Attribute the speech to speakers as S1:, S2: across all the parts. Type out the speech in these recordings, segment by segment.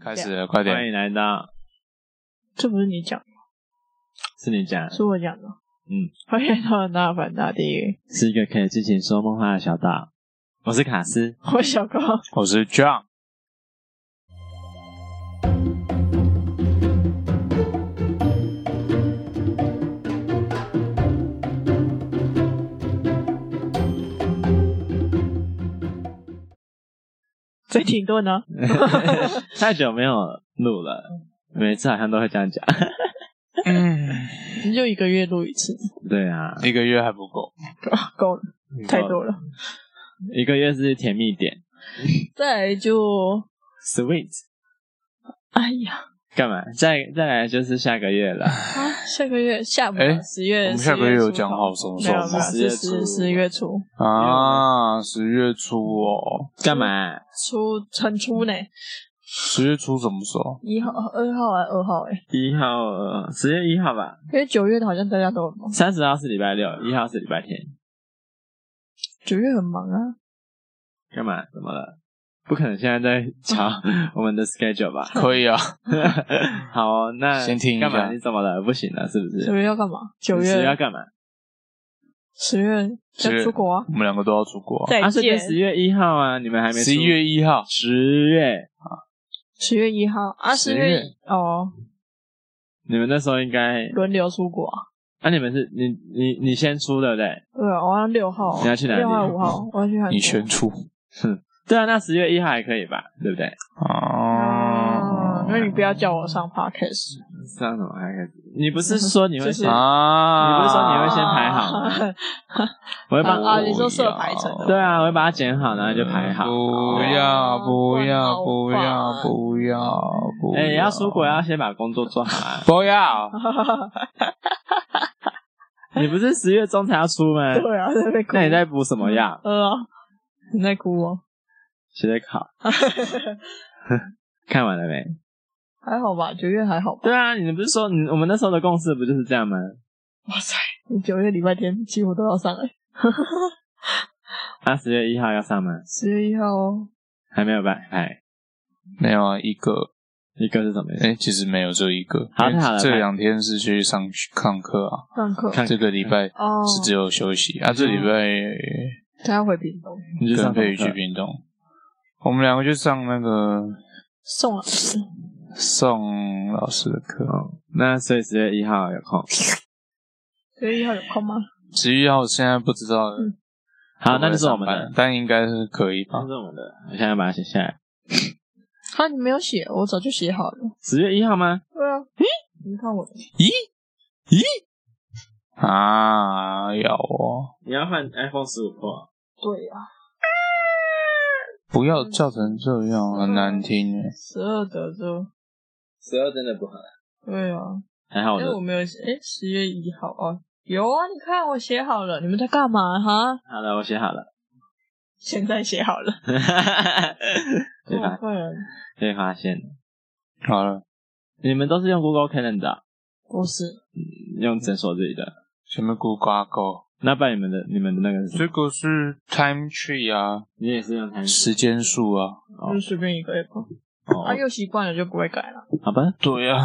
S1: 开始了，快
S2: 欢
S1: 点！
S2: 迎来到
S3: 这不是你讲的，
S2: 是你讲，
S3: 是我讲的。
S2: 嗯，
S3: 欢迎来到纳凡大地狱，
S2: 是一个可以尽情说梦话的小岛。我是卡斯，
S3: 我是小高。
S1: 我是 John，
S3: 这停顿呢？
S2: 太久没有录了，每次好像都会这样讲。
S1: 嗯，
S3: 你就一个月录一次，
S2: 对啊，
S1: 一个月还不够，
S3: 够了，太多了。
S2: 一个月是甜蜜点
S3: 再来就，
S2: ，sweet。
S3: 哎呀，
S2: 干嘛？再再来就是下个月了，
S3: 啊，下个月下不
S1: 哎
S3: 了，十月，
S1: 我们下个月
S3: 10
S1: 有
S3: 初
S1: 讲
S3: 吧
S1: 好什么
S3: 没
S1: 时
S3: 有
S1: 候
S3: 没有，
S1: 吗？
S2: 10月
S3: 是
S2: 初
S3: 十十月初，
S1: 啊，十月初哦，
S2: 干嘛？
S3: 初很初呢，
S1: 十月初什么时候？
S3: 一号、二号还是二号？哎，
S2: 一号，呃十月一号吧，
S3: 因为九月好像大家都很忙，
S2: 三十号是礼拜六，一号是礼拜天。
S3: 九月很忙啊，
S2: 干嘛？怎么了？不可能现在在 瞧我们的 schedule 吧？
S3: 嗯
S1: 可以啊，
S2: 好哦，那
S1: 先听一下
S2: 干嘛？你怎么了？不行了，是不
S3: 九
S2: 是？
S3: 月要干嘛？九
S2: 你十
S3: 月
S2: 要干嘛？
S3: 十月
S1: 十月
S3: 要出国啊，
S1: 我们两个都要出国啊，
S3: 再
S2: 啊，是
S3: 见。
S2: 十月一号啊，你们还没出
S1: 十一月一号，
S2: 十月，
S3: 十月一号啊，
S1: 10
S3: 十
S1: 月
S3: 月哦，
S2: 你们那时候应该
S3: 轮流出国啊。
S2: 啊，你们是你你你先出对不对？
S3: 对啊，我要六号。
S2: 你要去哪里
S3: 六号五号，我要去韩国。
S1: 你全出
S2: 对啊，那十月一号还可以吧，对不对？
S3: 啊
S1: 啊？
S3: 哦那你不要叫我上 podcast。
S2: 上什么还可以？你不是说你会
S3: 就是
S2: 先，
S1: 啊？
S2: 你不是说你会先排好吗我会把
S3: 啊啊你说
S1: 不要
S3: 设排程的
S2: 对啊，我会把它剪好，然后就排好。
S1: 不
S3: 啊
S1: 要不要
S3: 好
S1: 不要
S3: 烦
S1: 不要不要！
S2: 哎，要出国要先把工作做好啊！
S1: 不要，
S2: 你不是十月中才要出 吗？
S3: 对啊，在那边哭。
S2: 那你在补什么药？
S3: 呃啊，你在哭哦？
S2: 学在 考。看完了没？
S3: 还好吧，九月还好吧。
S2: 对啊，你不是说你我们那时候的共识不就是这样吗？
S3: 哇塞，你九月礼拜天几乎都要上哎。
S2: 啊，十月一号要上吗？
S3: 十月一号哦，
S2: 还没有吧？哎，
S1: 没有啊，一个
S2: 一个是什么意思？
S1: 哎、其实没有，只有一个。
S2: 好
S1: 因为
S2: 太好了
S1: 这
S2: 拜
S1: 两天是去上上课啊，
S3: 上课
S2: 看
S1: 这个礼拜
S3: 哦，
S1: 是只有休息、啊，这礼拜
S3: 他要回屏东
S2: 你就
S1: 跟
S2: 上什么
S1: 佩瑜去
S2: 课
S1: 冰冻，我们两个就上那个
S3: 送老师。
S1: 宋老师的课。
S2: 哦，那所以十月一号有空。
S3: 十月一号有空吗？
S1: 十一号现在不知道，
S3: 嗯
S2: 好，那就是我们
S1: 的
S2: 的，，
S1: 但应该是可以吧
S2: 那就？是我们的。我现在把它写下来。
S3: 啊，你没有写，我早就写好了。
S2: 十月一号吗？
S3: 对啊，咦，你看我的，
S1: 啊，要哦，
S2: 你要换 iPhone 十五 Pro？
S3: 对啊，
S1: 不要叫成这样，很难听欸耶。
S3: 十二德州，
S2: 十二真的不好。
S3: 对啊，
S2: 还好我
S3: 哎、
S2: 的
S3: 我没有写，哎、十月一号哦，有啊，你看我写好了，你们在干嘛哈？
S2: 好了，我写好 了。
S3: 现在写好 了，哦
S2: 被发
S3: 分，
S2: 被发现了，
S1: 好了，
S2: 你们都是用 Google Calendar，
S3: 不是，
S2: 用诊所自己的。
S1: 前面咕呱呱，
S2: 那把你们的你们的那个是什
S1: 这
S2: 么，
S1: 个是 time tree 啊，
S2: 你也是用它
S1: 时间树啊。
S2: 哦
S3: 就随便一个 app，
S2: 哦
S3: 啊，，又习惯了就不会改了。
S2: 好吧，
S1: 对啊呀、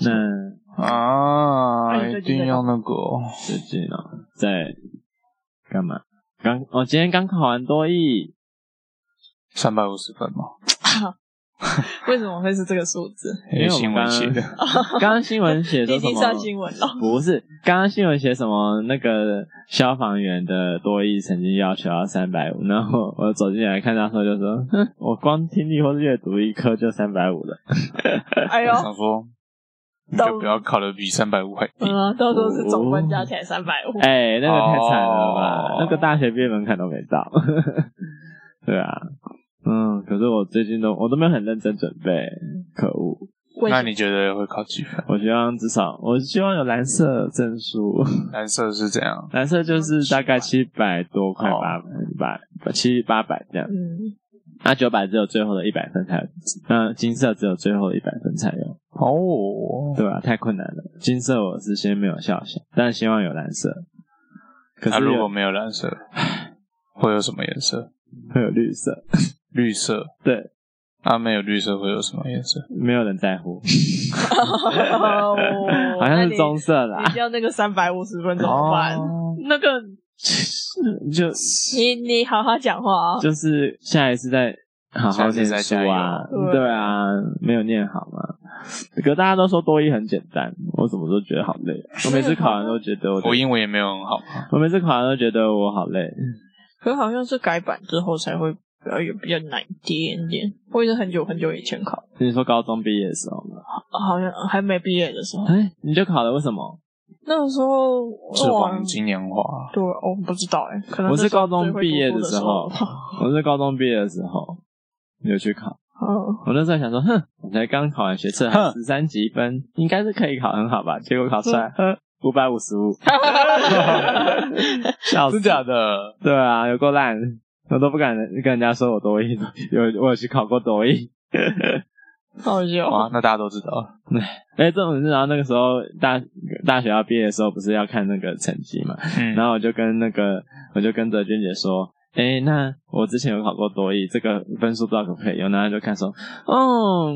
S2: 那
S1: 啊，
S3: 那你
S1: 一
S3: 最近在
S1: 定要那个哦、
S2: 最近哦，在干嘛？刚我、哦、今天刚考完多艺，
S1: 三百五十分嘛，
S3: 为什么会是这个数字？
S2: 因为我
S1: 新
S2: 们
S1: 闻
S2: 刚
S1: 写的，
S2: 刚刚新闻写 说
S3: 已
S2: 什
S3: 经上新
S2: 么？
S3: 闻了，
S2: 不是，刚刚新闻写什么？那个消防员的多艺曾经要求要三百五，然后我走进来看到说就说，哼，我光听力或是阅读一科就三百五了。
S3: 哎 呦
S1: 我，想说你就不要考的比三百五还低
S3: 嗯、，啊，到时候是总分加起来三百五，
S2: 哎、那个太惨了吧
S1: 哦
S2: 那个大学毕业门槛都没到。 对啊，嗯，可是我最近都我都没有很认真准备，可恶。
S3: 为
S1: 那
S3: 什么
S1: 你觉得会考几分？
S2: 我希望至少，我希望有蓝色证书，
S1: 蓝色是怎样？
S2: 蓝色就是大概七百多块八百百七八百这样，
S3: 嗯，
S2: 那啊九百只有最后的一百分才有，那金色只有最后的一百分才有，
S1: 哦，
S2: 对吧、太困难了。金色我是先没有效想，但希望有蓝色。可
S1: 那、
S2: 是
S1: 啊如
S2: 有
S1: 果没有蓝色， 会有什么颜色？
S2: 会有绿色，
S1: 绿色，
S2: 对，
S1: 啊，没有绿色会有什么颜色？
S2: 没有人在乎，
S3: 哦
S2: 好像是棕色
S3: 那
S2: 啦
S3: 你，你。叫那个三百五十分怎么办？
S1: 哦
S3: 那个
S2: 就
S3: 你你好好讲话啊！
S2: 就是下一次再好
S3: 下
S2: 好念书啊，
S3: 一次再加油
S2: 对啊，没有念好嘛。可是大家都说多一很简单，我怎么都觉得好累。啊我每次考完都觉得我，
S1: 我英文也没有很好啊，
S2: 我每次考完都觉得我好累。
S3: 可好像是改版之后才会比较有比较难一点点。我也是很久很久以前考，
S2: 你说高中毕业的时候吗？
S3: 好像还没毕业的时候，
S2: 哎、你就考了，为什么？
S3: 那个时候
S1: 是黄。
S3: 哇
S1: 金年华。
S3: 对，我不知道哎、可能
S2: 我是
S3: 那时候
S2: 高中
S3: 最会
S2: 毕业
S3: 读书的
S2: 的时候
S3: 时候
S2: 我是高中毕业的时候有去考，
S3: 嗯，
S2: 我那时候想说，哼，我才刚考完学测，
S1: 哼
S2: 十三级分，应该是可以考很好吧？结果考出来，五百五十 五，笑死！
S1: 是假的，
S2: 对啊，有够烂，我都不敢跟人家说我多艺，有我有去考过多艺。
S3: 好
S2: 哦
S3: 啊笑。
S1: 哇，那大家都知道了。
S2: 哎，这种事，然后那个时候大大学要毕业的时候，不是要看那个成绩嘛？
S1: 嗯，
S2: 然后我就跟那个，我就跟哲君姐说，哎，那我之前有考过多艺，这个分数不知道可不可以用，然后她就看说，哦，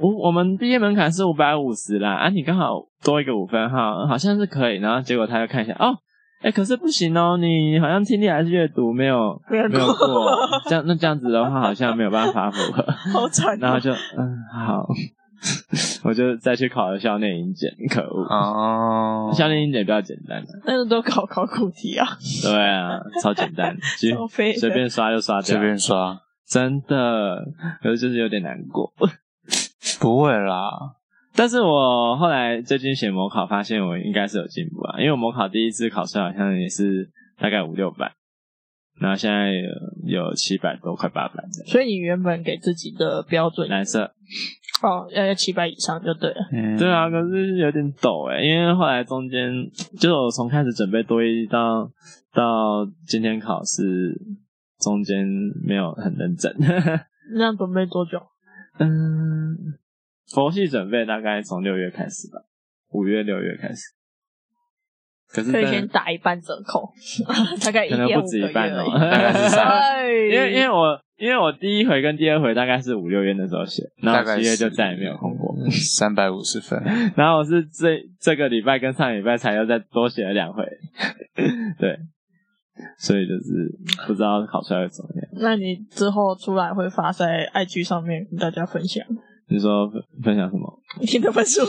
S2: 我我们毕业门槛是五百五十啦，啊，你刚好多一个五分号，好像是可以，然后结果他就看一下，哦。哎，可是不行哦，你好像听力还是阅读没有
S3: 没有
S2: 没有过，这样那这样子的话好像没有办法符合，
S3: 好惨、啊
S2: 然后就嗯好， 我就再去考了校内音检，可恶，
S1: 哦，
S2: 校内音检比较简单，
S3: 那个都考考古题啊，
S2: 对啊，超简单，几
S3: 超废的
S2: 随便刷就刷掉
S1: 随，便刷，
S2: 真的，可是就是有点难过。
S1: 不会啦。
S2: 但是我后来最近写模考，发现我应该是有进步啊，因为我模考第一次考试好像也是大概五六百，然后现在有有七百多，快八百的。
S3: 所以你原本给自己的标准
S2: 蓝色，
S3: 哦，要要七百以上就对了。
S1: 嗯，
S2: 对啊，可是有点抖哎、因为后来中间就是我从开始准备多一到到今天考试中间没有很认真，
S3: 那样准备多久？
S2: 嗯，佛系准备大概从六月开始吧，五月六月开始。可
S3: 可
S2: 是真
S3: 以
S2: 的
S3: 先打一半折扣， 大概一
S2: 嗯可能
S3: 点
S2: 不
S3: 五
S2: 止
S3: 个
S2: 一
S3: 月
S2: 半
S3: 而
S2: 哦，
S3: 已。哎
S1: 大概是三
S3: 呃
S2: 因为因为我因为我第一回跟第二回大概是五六月那时候写，然
S1: 大
S2: 后
S1: 概
S2: 七月就再也没有空过。
S1: 嗯三百五十分，
S2: 然后我是这这个礼拜跟上礼拜才又再多写了两回， 对，所以就是不知道考出来会怎么样。
S3: 那你之后出来会发在 IG 上面跟大家分享
S2: 你说分分享什么？
S3: 你的分数。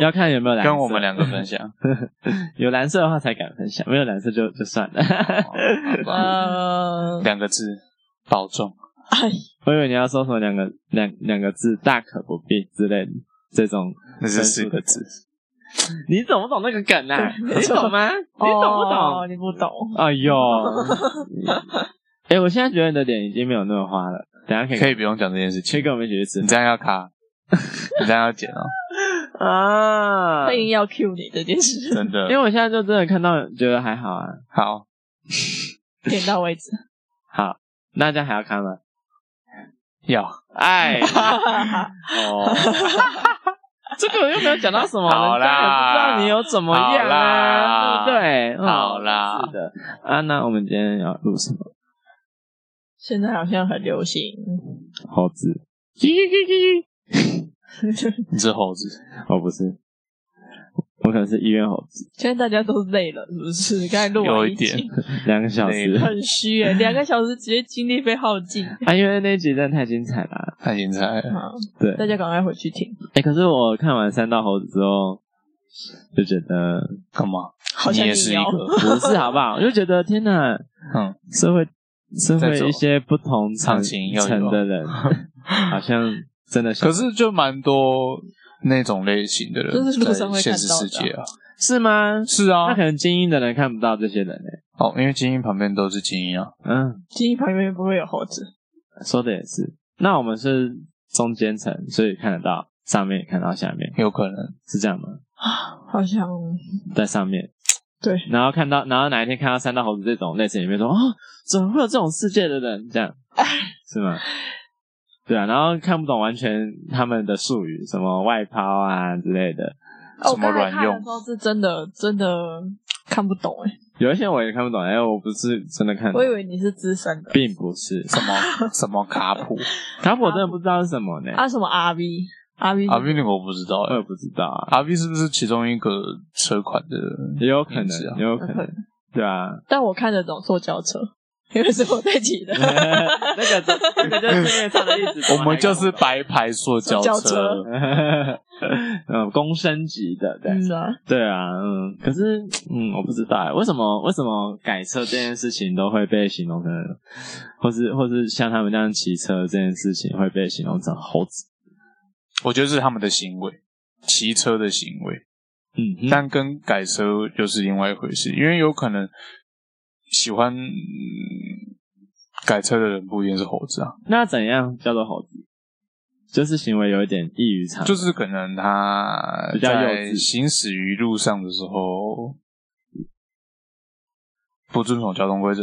S2: 要看有没有蓝色，
S1: 跟我们两个分享。
S2: 有蓝色的话才敢分享，没有蓝色就就算了。
S1: 哦好吧
S3: 呃，
S1: 两个字，保重。
S3: 哎，
S2: 我以为你要说什么两个两两个字大可不必之类的这种，
S1: 那是四个字，
S2: 你怎么懂那个梗 啊？
S3: 对
S2: 你懂吗？你懂不
S3: 哦
S2: 懂？
S3: 你不懂。
S2: 哎 呦，哎、我现在觉得你的脸已经没有那么花了，等一下可以
S1: 可以不用讲这件事
S2: 可以
S1: 情。
S2: 跟我们一起去
S1: 你
S2: 吃
S1: 这样要卡，你这样要剪哦，
S2: 饭啊
S3: 他硬要 cue 你这件事，
S1: 真
S2: 因为
S1: 的。
S2: 我现在就真的看到觉得还好啊。
S1: 好，
S3: 点到为止。
S2: 好，那这样还要看吗？
S1: 要
S2: 哎， 哦，这个又没有讲到什么，
S1: 好啦
S2: 人家也不知道你有怎么样
S1: 好啦
S2: 啊，对不对？嗯
S1: 好啦
S2: 是的啊，那我们今天要录什么？
S3: 现在好像很流行，
S2: 猴子，叽叽叽叽，
S1: 你是猴子，
S2: 我哦不是，我可能是医院猴子，
S3: 现在大家都累了，是不是？刚才录
S1: 有
S3: 完
S1: 一
S3: 集
S1: 点
S2: 两个小时
S1: 累。了
S3: 很虚哎， 两个小时直接精力被耗尽。
S2: 啊，因为那一集真的太精彩了，
S1: 太精彩了。
S3: 啊，
S2: 对，
S3: 大家赶快回去听，
S2: 哎、可是我看完《三道猴子》之后，就觉得
S1: 干嘛？
S3: 好
S1: 你
S3: 像
S1: 也是一
S3: 要
S1: 个，
S2: 不是好不好？我就觉得天哪，
S1: 嗯，
S2: 社会社
S1: 在
S2: 会
S1: 做
S2: 一些不同
S1: 行
S2: 层
S1: 情要有
S2: 层的人，好像真的是
S1: 可是就蛮多那种类型的人，
S3: 这是路上会看到的啊
S1: 现实世界啊，
S2: 是吗？
S1: 是啊
S2: 那可，能精英的人看不到这些人欸
S1: 哦，因为精英旁边都是精英啊，
S2: 嗯，
S3: 精英旁边不会有猴子，
S2: 说的也是。那我们是中间层，所以看得到上面，也看到下面，
S1: 有可能
S2: 是这样吗？
S3: 好像哦
S2: 在上面，
S3: 对，
S2: 然后看到，然后哪一天看到三道猴子这种类似里面说，哦，怎么会有这种世界的人？这样是吗？对啊，然后看不懂完全他们的术语，什么外抛啊之类的，
S3: 哦，
S1: 什
S3: 我
S1: 么
S3: 刚才
S1: 卵
S3: 看的
S1: 用
S3: 时。候是真的真的看不懂哎、
S2: 有一些我也看不懂，哎，我不是真 的看懂
S3: 我以，为你是资深 的。
S2: 并不是。
S1: 什么什么卡普？
S2: 卡普我真的不知道是什么呢，
S3: 啊，什么 RV RV
S1: 阿 V 那个啊我不知道
S2: 我
S1: 欸，
S2: 也不知道啊，
S1: 阿 V 是不是其中一个车款 的？
S2: 也有可
S1: 名字啊
S2: 能，也有可能，对啊。。
S3: 但我看得懂塑胶车， 因为是我在骑的
S2: 那个就那个就是市面上的一直走
S1: 我们就是白牌塑胶
S3: 塑胶
S1: 车
S3: 车。
S2: 嗯，公升级的， 对、
S3: 嗯啊，
S2: 对啊，嗯，可是嗯，我不知道欸为什么为什么改车这件事情都会被形容成，或是或是像他们这样骑车这件事情会被形容成猴子，
S1: 我觉得是他们的行为，骑车的行为，
S2: 嗯哼，
S1: 但跟改车又是另外一回事，因为有可能喜欢嗯改车的人不一定是猴子啊，
S2: 那怎样叫做猴子？就是行为有一点异于
S3: 嗯
S2: 常，
S1: 就是可能他
S2: 比较幼稚
S1: 在行驶于路上的时候不遵守交通规则，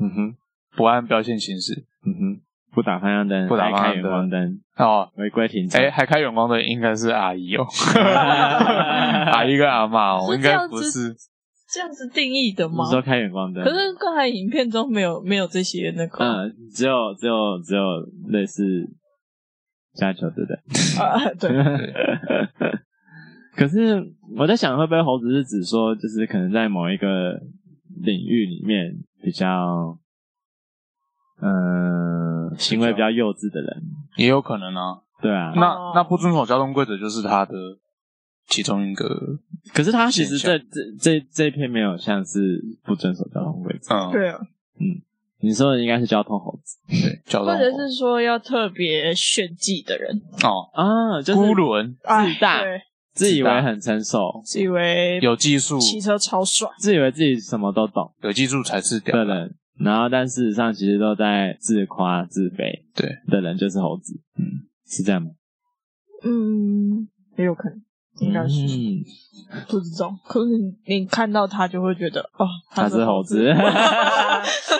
S2: 嗯哼
S1: 不按标线行驶。
S2: 嗯哼，不打方向灯，
S1: 不打
S2: 还开
S1: 方向
S2: 远
S1: 灯
S2: 光灯，
S1: 哦，
S2: 违规停车，
S1: 哎、还开远光灯应该是阿姨哦，阿姨跟阿嬷哦，
S3: 是
S1: 应
S3: 这
S1: 该
S3: 样
S1: 不
S3: 子
S1: 是。
S3: 这样子定义的吗
S2: 你？说开远光灯，
S3: 可是刚才影片中没有没有这些那个啊，
S2: 嗯，只有只有只有类似加球，对不对？
S3: 啊
S2: 嗯
S3: 对，
S2: 可是我在想，会不会猴子是指说，就是可能在某一个领域里面比较，嗯、行为比较幼稚的人，
S1: 也有可能啊。
S2: 对啊。
S1: 那
S3: 哦
S1: 那不遵守交通规则就是他的其中一个，
S2: 可是他其实
S1: 现
S2: 这这这这一篇没有像是不遵守交通规则，
S1: 嗯，
S3: 对啊，
S2: 你说的应该是交通猴子
S1: 对，交通
S3: 或者是说要特别炫技的人，
S1: 哦，
S2: 啊，就是
S1: 孤轮
S3: 哎
S2: 大
S3: 对
S2: 自以为很成熟，
S3: 自以为
S1: 有技术，
S3: 骑车超帅，
S2: 自以为自己什么都懂。
S1: 有技术才是屌
S2: 的。人，然后但事实上其实都在自夸自卑。
S1: 对
S2: 的人就是猴子，
S1: 嗯，
S2: 是这样吗？
S3: 嗯，也有可能。应该是、
S2: 嗯，
S3: 不知道，可是你你看到他就会觉得哦，
S2: 他是猴
S3: 子，
S2: 子，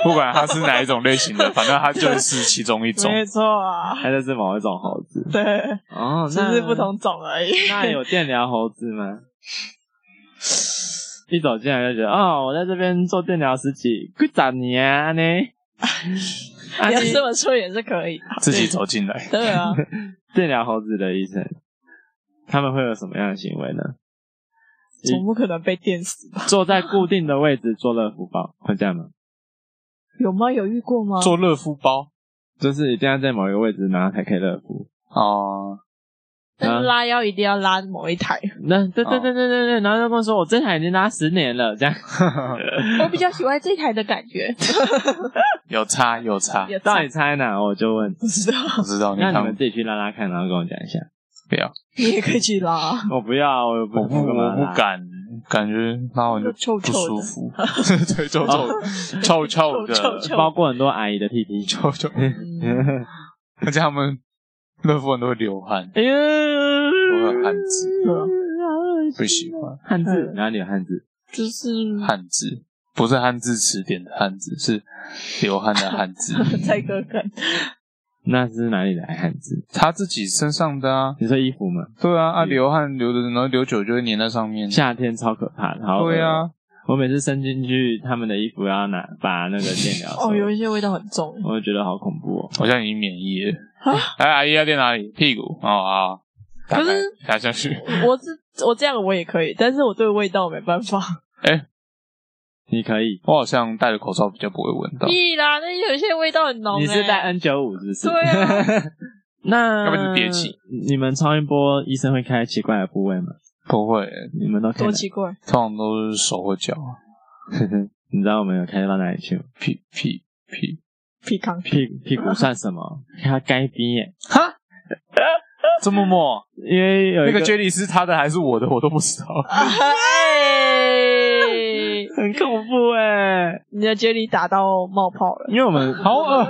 S1: 不管他是哪一种类型的，反正他就是其中一 种。
S3: 没错啊，
S2: 他就是某一种猴子。
S3: 对，
S2: 哦，
S3: 只
S2: 那
S3: 是不。同种而已。
S2: 那有电疗猴 子吗？一走进来就觉得，哦，我在这边做电疗十几，good 咋你啊 呢？啊
S3: 你要
S2: 你
S3: 这么说也是可以的，
S1: 自己走进来，
S3: 对啊，
S2: 电疗猴子的医生，他们会有什么样的行为呢？
S3: 总不可能被电死吧？
S2: 坐在固定的位置做乐福包，会这样吗？
S3: 有吗？有遇过吗？
S1: 做热敷包
S2: 就是一定要在某一个位置，然后才可以乐福。
S1: 哦，
S3: 但
S2: 啊
S3: 是拉腰一定要拉某一台，
S2: 那对对
S1: 哦
S2: 对对对对，然后就跟我说我这台已经拉十年 了，这样
S3: 我比较喜欢这台的感觉。
S1: 有差有差，
S3: 也
S2: 到底猜哪？我就问，
S3: 不知道，
S1: 我知道你
S2: 那你
S1: 看
S2: 们自己去拉拉看，然后跟我讲一下。
S1: 不要，
S3: 你也可以去 拉，
S2: 我不要，我不
S1: 我不
S2: 干嘛
S1: 我
S2: 拉
S1: 不。敢，感觉那我就
S3: 臭
S1: 不
S3: 臭的啊
S1: 舒服， 对，臭臭的臭臭的，
S3: 臭臭
S2: 包括很多阿姨的屁屁，
S1: 臭臭，
S3: 嗯
S1: 而且他们热敷很多流汗，
S2: 哎呦，
S1: 我
S2: 我
S1: 有汗渍，不喜欢。
S2: 汉字，哪里有汉字？
S3: 就是
S1: 汉字，不是汉字词典的汉字，是流汗的汗 字。
S3: 蔡哥哥，
S2: 那是哪里来汉字？
S1: 他自己身上的啊，
S2: 你说衣服吗？
S1: 对啊，啊
S2: 嗯
S1: 流汗流的，然后流久就会粘在上面。
S2: 夏天超可怕的，好恶
S1: 对啊，
S2: 我每次伸进去他们的衣服，要拿把那个电疗 收，
S3: 哦，有一些味道很重，
S2: 我就觉得好恐怖哦。
S1: 好像已经免疫了。哎，阿姨要垫哪里？屁股哦啊，打
S3: 啊可
S1: 开
S3: 是
S1: 打下去。
S3: 我是我这样我也可以，但是我对味道没办法。
S2: 你可以，
S1: 我好像戴着口罩比较不会闻到，
S3: 屁啦，那有些味道很浓、欸。
S2: 你是戴 N 九五是不是？
S3: 对啊
S2: 那
S1: 要不然就憋气。
S2: 你们超音波医生会开奇怪的部位吗？
S1: 不会，
S2: 你们都可以
S3: 多
S2: 拿。
S3: 奇 怪，
S1: 通常都是手或脚，啊
S2: 你知道我们有开到哪里去吗？
S1: 屁屁屁。
S3: 皮康
S2: 屁屁股算什 么？他该逼耶，
S1: 哈，这么摸？
S2: 因为有
S1: 那
S2: 一
S1: 个杰里是他的还是我的，我都不知道。
S3: 哎，
S2: 很恐怖哎，
S3: 你的杰里打到冒泡了。
S2: 因为我们
S1: 好 恶，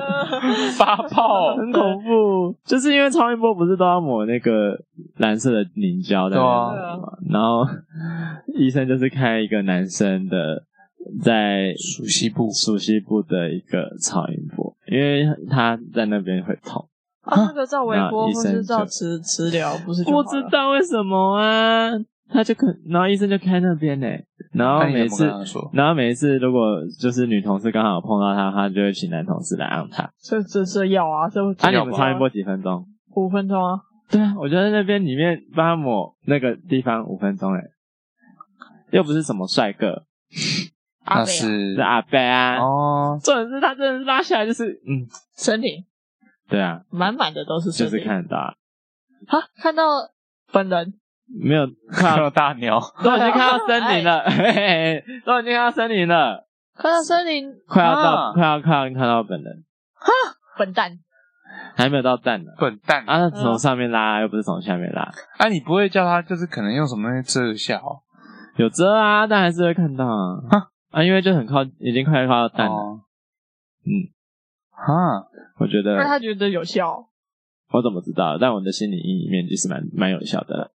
S1: 发泡。
S2: 很恐怖，就是因为超音波不是都要抹那个蓝色的凝胶在那
S1: 对
S2: 里
S3: 啊
S2: 吗？然后 医生就是开一个男生的在
S1: 熟悉部
S2: 熟悉部的一个超音波，因为他在那边会痛。
S3: 啊，那个照微波
S2: 那医
S3: 或
S2: 生
S3: 是照
S2: 就
S3: 磁磁疗，不是就好
S2: 不
S3: 了
S2: 知道为什么啊，他就可，然后医生就开那边呢、然后
S1: 那你
S2: 每
S1: 怎么跟
S2: 次，
S1: 他说？
S2: 然后每一次如果就是女同事刚好碰到他，他就会请男同事来让他。
S3: 这这这要啊，这
S2: 啊，
S1: 要
S2: 你们
S1: 吧
S2: 超音波几分钟？
S3: 五分钟啊，
S2: 对啊，我就在那边里面帮他抹那个地方五分钟哎、又不是什么帅哥，
S1: 那
S3: 阿北啊
S1: 是
S2: 是阿伯啊。
S1: 哦，
S2: 重点是他真的是拉下来就是，嗯，
S3: 身体
S2: 对啊，
S3: 满满的都是身
S2: 就
S3: 体，
S2: 是看得到啊，
S3: 啊，看到本人
S2: 没有
S1: 看
S2: 看到
S1: 到大鸟，
S2: 都已经看到森林了，嘿嘿嘿都已经看到森林了，
S3: 看到森林，
S2: 快要
S1: 啊
S2: 到，快要看看到本人，
S3: 笨蛋，
S2: 还没有到蛋呢。
S1: 笨蛋！
S2: 啊，他从上面拉，又不是从下面拉，
S1: 啊，你不会叫他就是可能用什么东西遮一下哦？
S2: 有遮啊，但还是会看到啊。啊，因为就很靠，已经快靠到蛋了。
S1: 哦，
S2: 嗯，
S1: 啊，
S2: 我觉得
S3: 让他觉得有效。
S2: 我怎么知道？但我的心理阴影面积是蛮蛮有效 的了。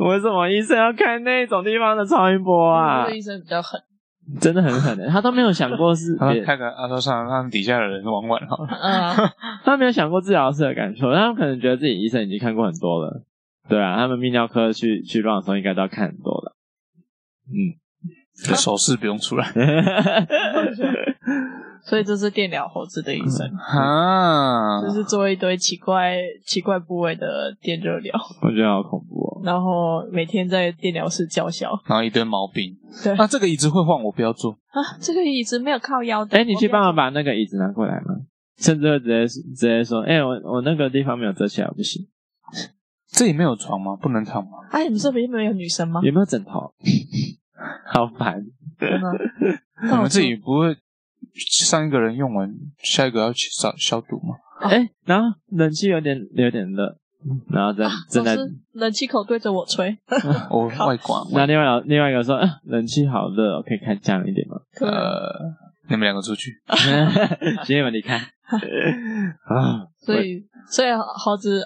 S2: 为什么医生要看那种地方的超音波啊
S3: 这个？医生比较狠，
S2: 真的很狠的，他都没有想过是
S1: 他
S2: 别
S1: 开个阿说上让底下的人玩玩好了。
S3: 嗯，
S2: 他没有想过治疗师的感受，他们可能觉得自己医生已经看过很多了。对啊，他们泌尿科去去乱的时候应该都要看很多了。 嗯，
S1: 手势不用出来
S3: 所以这是电疗猴子的医生，
S2: 嗯
S1: 啊
S3: 就是做一堆奇怪奇怪部位的电热疗，
S2: 我觉得好恐怖哦。
S3: 然后每天在电疗室叫嚣
S1: 然后一堆毛病。
S3: 对
S1: 那这个椅子会晃，我不要坐。
S3: 啊，这个椅子没有靠腰的。
S2: 哎，你去帮
S3: 我
S2: 我把那个椅子拿过来吗？甚至会直接直接说，哎、我我那个地方没有遮起来，不行。
S1: 这里没有床吗？不能躺吗？
S3: 不要。哎，你们这边没有女生吗？
S2: 有没有枕头？好烦。
S3: 真的
S1: 你们自己
S3: 嗯
S1: 不会上一个人用完，下一个要去消消毒 吗？
S2: 哎、
S3: 哦
S2: 然后冷气有点有点热，然后再正在
S3: 老，师冷气口对着我吹，
S1: 我哦外挂。
S2: 那另外老另外一个说，啊、冷气好热哦，可以开降一点吗？
S3: 可能
S1: 呃，你们两个出去。
S2: 请你们离开。啊，
S3: 所以所以猴子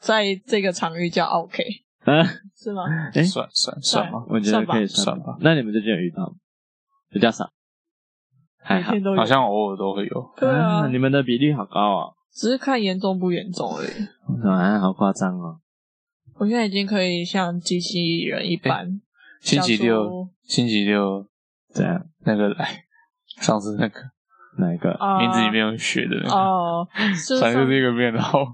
S3: 在这个场域叫 OK
S2: 啊，
S3: 是吗？
S2: 哎
S1: 算算算吗？
S2: 我觉得可以算
S1: 算吧。
S2: 那你们最近有遇到吗？比较少，还
S3: 每
S2: 好
S3: 天。都有
S1: 好像嗯偶尔都会有。
S3: 对啊，
S2: 你们的比率好高哦，
S3: 只是看严重不严重而已。
S2: 啊，好夸张哦。
S3: 我现在已经可以像机器人一般，
S1: 星期
S3: 叫
S1: 六
S3: 出，
S1: 星期六
S2: 这样
S1: 那个来，上次那个
S2: 哪一个？
S3: 啊
S1: 哎名字里面有血的那个。
S3: 哦， 就是
S1: 反正
S3: 上
S1: 就是一个面，然 后，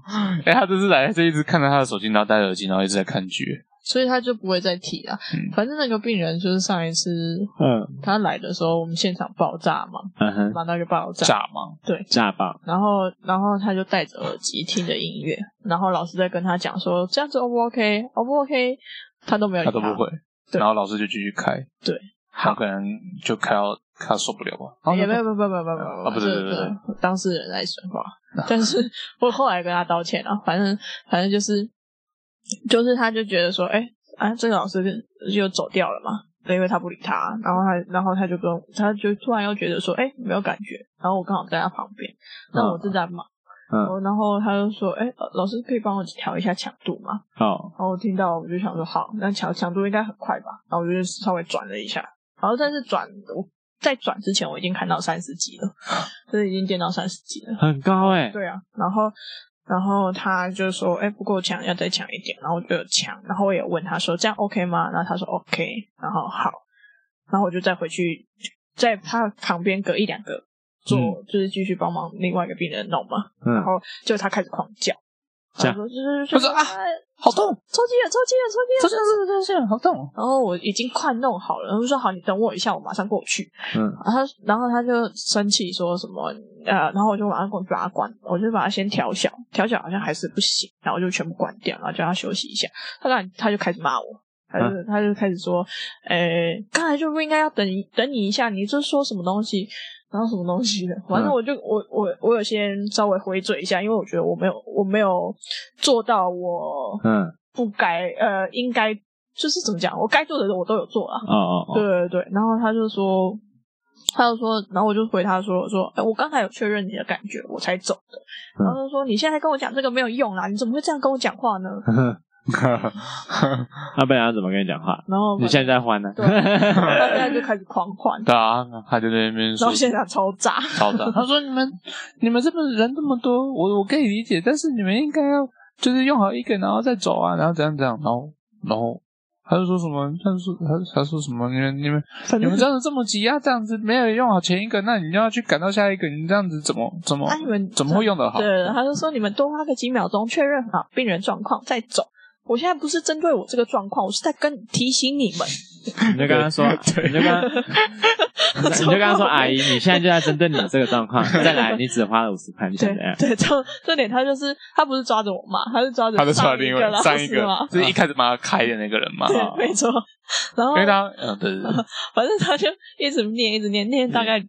S1: 哎、他这次来就一直看着他的手机，然后戴着耳机，然后一直在看剧。
S3: 所以他就不会再提了
S1: 嗯。
S3: 反正那个病人就是上一次
S2: 嗯
S3: 他来的时候，我们现场爆炸嘛，
S2: 嗯哼，
S3: 把那个爆炸，
S1: 炸盲，
S2: 炸爆！
S3: 然后然后他就戴着耳机听着音乐，然后老师在跟他讲说这样子 O 不 OK，O 不 OK，他都没有
S1: 他
S3: 理
S1: 都不会。
S3: 对
S1: 然后老师就继续开，
S3: 对，
S1: 他可能就开到他受不了吧。然后
S3: 哎也没有
S1: 就
S3: 没有没有没有没有没有
S1: 啊不是
S3: 这
S1: 不是啊
S3: 这
S1: 不
S3: 当事人在说话，但是我后来跟他道歉了、啊反正反正就是就是他就觉得说，哎、啊这个老师就走掉了嘛，因为他不理他，然后他然后他就跟他就突然又觉得说，哎、没有感觉，然后我刚好在他旁边，那我正
S1: 啊
S3: 在忙，
S2: 嗯，
S3: 我然后他就说，哎、呃老师可以帮我调一下强度吗？
S2: 好，
S3: 然后我听到我就想说，好，那强强度应该很快吧？然后我就稍微转了一下，然后但是转我在转之前我已经看到三十级了， 就是已经电到三十级了。
S2: 很高哎。
S3: 对啊，然后然后他就说，哎、不够强，要再强一点。然后我就有强，然后我也问他说，这样 OK 吗？然后他说 OK，然后好，然后我就再回去，在他旁边隔一两个做，
S2: 嗯
S3: 就是继续帮忙另外一个病人弄嘛。
S2: 嗯
S3: 然，后就他开始狂叫，他
S2: 这样
S3: 说哎就
S1: 他
S3: 是
S1: 说啊好痛，
S3: 抽筋了，抽筋了，抽筋了，
S1: 这这这这这好痛。
S3: 然后我已经快弄好了，然后就说好，你等我一下，我马上过去。
S2: 嗯
S3: 然后他然后他就生气说什么呃，然后我就马上过去把它关，我就把它先调小，调小好像还是不行，然后我就全部关掉，然后叫他休息一下。他然他就开始骂我，他就、他就开始说，诶，刚才就不应该要等你等你一下，你就说什么东西。然后什么东西的，反正我就我我我有先稍微回嘴一下，因为我觉得我没有我没有做到我
S2: 嗯，
S3: 不该呃应该就是怎么讲，我该做的我都有做啊。
S2: 哦哦
S3: 对
S2: 哦，
S3: 对对，然后他就说，他就说，然后我就回他说，我说，哎、我刚才有确认你的感觉，我才走的。
S2: 嗯
S3: 然后他就说，你现在跟我讲这个没有用啊啦，你怎么会这样跟我讲话呢？
S2: 那不然要怎么跟你讲话？
S3: 然后
S2: 你现在在换呢？
S3: 对啊他现在就开始狂欢，
S1: 对啊，他就在那边
S3: 然
S1: 说
S3: 后现场超炸，
S1: 吵的。他说：“你们你们这么人这么多，我我可以理解，但是你们应该要就是用好一个，然后再走啊，然后怎样怎样，然后。”然后他就说什么，他就说他他说什么，你们你们
S3: 反
S1: 你
S3: 正
S1: 们这样子这么急啊，这样子没有用好前一个，那你就要去赶到下一个，你这样子怎么怎么
S3: 啊你们
S1: 怎么会用得好？
S3: 对，他就说你们多花个几秒钟确认好病人状况再走。我现在不是针对我这个状况，我是在跟提醒你们。
S2: 你就跟 他说，你就跟他，你就跟他说，阿姨，你现在就在针对你这个 状况，再来，你只花了五十块，你想怎样？
S3: 对，这这点他就是他不是抓着我骂，他是抓着
S1: 他就
S3: 上
S1: 抓
S3: 一
S1: 另
S3: 个
S1: 外
S3: 老
S1: 上一
S3: 师嘛
S1: 个，就是一开始帮他开的那个人嘛，
S3: 对
S1: 啊，
S3: 没错。然后
S1: 因为他嗯对对对，
S3: 反正他就一直念，一直念，念大概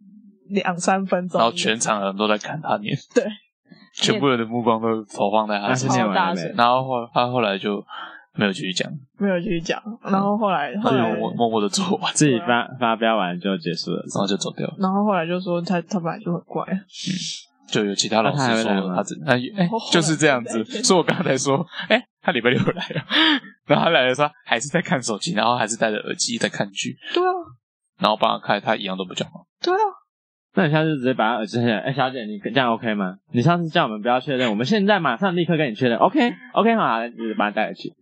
S3: 两三分钟，
S1: 然后全场的人都在看他念，
S3: 对，
S1: 全部人的目光都投放在他
S2: 那是
S1: 身
S3: 超
S1: 上，
S2: 念完
S3: 大
S2: 了没
S3: 声？
S1: 然后后他后来就没有继续讲，
S3: 没有继续讲。然后后来
S1: 嗯他
S3: 后
S1: 就
S3: 来，
S1: 默默默的做完，
S2: 自己发发飙完就结束了。
S1: 然后就走掉了。
S3: 然后后来就说他他本来就很怪，
S1: 就有其他老师说
S2: 那他还会来吗
S1: 他只他哎、
S3: 后来
S1: 就是这样子，
S3: 哦对
S1: 所以我刚才说哎、他礼拜六来了，然后他来的时候还是在看手机，然后还是戴着耳机在看剧，
S3: 对啊
S1: 然后帮他开，他一样都不讲话，
S3: 对啊，
S2: 那你下次直接把他耳机摘下来。哎，小姐，你这样 OK 吗？你上次叫我们不要确认，我们现在马上立刻跟你确认。OK，OK，、好啊，你就把他带回去。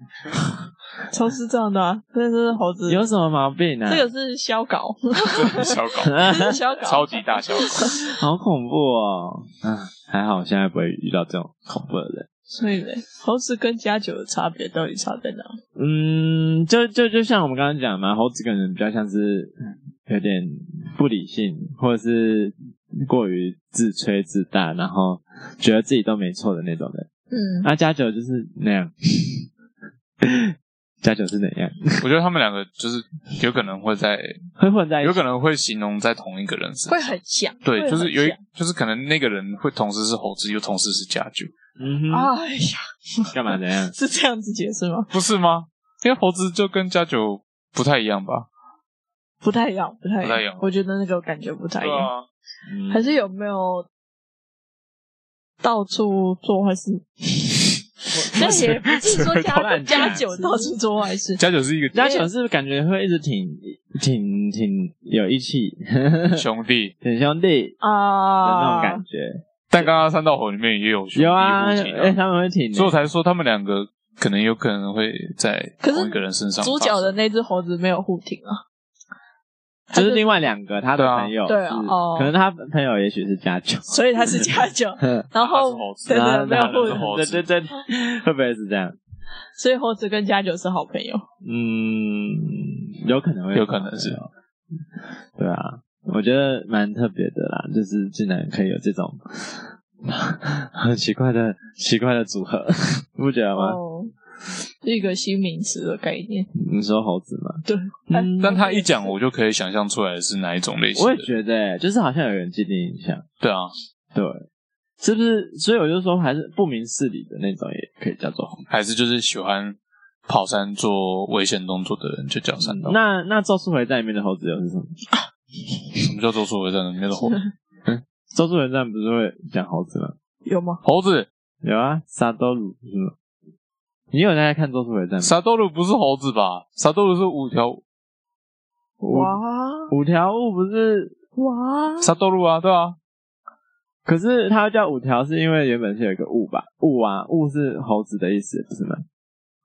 S3: 超是这样的啊，真的是猴子。
S2: 有什么毛病啊？
S3: 这个是消稿，
S1: 小狗，
S3: 这是消稿，
S1: 超级大小狗，
S2: 好恐怖哦！嗯，还好我现在不会遇到这种恐怖的人。
S3: 所以呢，猴子跟加酒的差别到底差在哪？
S2: 嗯，就就就像我们刚刚讲嘛，猴子可能比较像是嗯有点不理性，或者是过于自吹自大，然后觉得自己都没错的那种人。
S3: 嗯，
S2: 那加九就是那样，加九是怎样？
S1: 我觉得他们两个就是有可能会在，
S2: 会混在一
S1: 有
S2: 起
S1: 可，能会形容在同一个人身
S3: 会
S1: 上。
S3: 很像，
S1: 对，
S3: 会
S1: 就是
S3: 很
S1: 有一
S3: 像，
S1: 就是可能那个人会同时是猴子，又同时是家具，
S2: 嗯哼，
S3: 哎呀，
S2: 干嘛怎样？
S3: 是这样子解释吗？
S1: 不是吗？因为猴子就跟家酒不太一样吧？
S3: 不太一样，不太
S1: 不太一样
S3: 我觉得那个感觉不太一
S1: 对
S3: 样。
S1: 啊，
S2: 嗯
S3: 还是有没有到处做坏事？但也不是说加
S2: 乱
S3: 加
S2: 讲
S3: 酒到处做坏 事，
S1: 家酒是一个
S2: 加九是不是感觉会一直挺挺挺有义气，
S1: 兄弟，
S2: 挺兄弟的那
S3: 啊
S2: 种感觉。
S1: 但刚刚三道火里面也有兄弟
S2: 有啊，
S1: 互
S2: 哎、
S1: 挺
S2: 他们会挺
S1: 所以我才说他们两个可能有可能会在
S3: 可是
S1: 同一个人身上发生。
S3: 主角的那只猴子没有护挺啊，
S2: 就是另外两个他的朋友是，
S3: 对啊对啊哦
S2: 可能他朋友也许是加 九，
S3: 所以他是加 酒，然后
S1: 他
S3: 对
S1: 是猴子
S3: 对
S2: 然后
S3: 没有
S2: 他
S1: 护
S3: 护
S1: 挺
S3: 挺，
S1: 猴
S2: 对
S1: 子
S2: 对对，会不会是这样？
S3: 所以猴子跟加酒是好朋友。
S2: 嗯，有可能会，
S1: 有可能是，
S2: 哦对啊，我觉得蛮特别的啦，就是竟然可以有这种 很奇怪的奇怪的组合，你不觉得吗？
S3: 哦，是一个新名词的概念。
S2: 你说猴子吗？
S3: 对，哎
S2: 嗯，
S1: 但他一讲，我就可以想象出来是哪一种类型
S2: 我也
S1: 的。
S2: 觉得、欸就是好像有人既定印象，
S1: 对啊，
S2: 对，是不是？所以我就说，还是不明事理的那种，也可以叫做猴子。
S1: 还是就是喜欢跑山做危险动作的人就叫山道。
S2: 那那《咒术回战》里面的猴子又是什么？
S1: 什么叫做所谓的里面的猴
S2: 《咒术回战》不是会讲猴子吗？
S3: 有吗？
S1: 猴子？
S2: 有啊，沙兜鲁是吗？你有在看《咒术回战》吗？
S1: 沙多鲁不是猴子吧？沙多鲁是五条
S2: 五
S3: 哇
S2: 五条悟不是，
S3: 哇，
S1: 沙多鲁啊，对啊，
S2: 可是它叫五条是因为原本是有一个悟吧？悟啊，悟是猴子的意思，不是吗？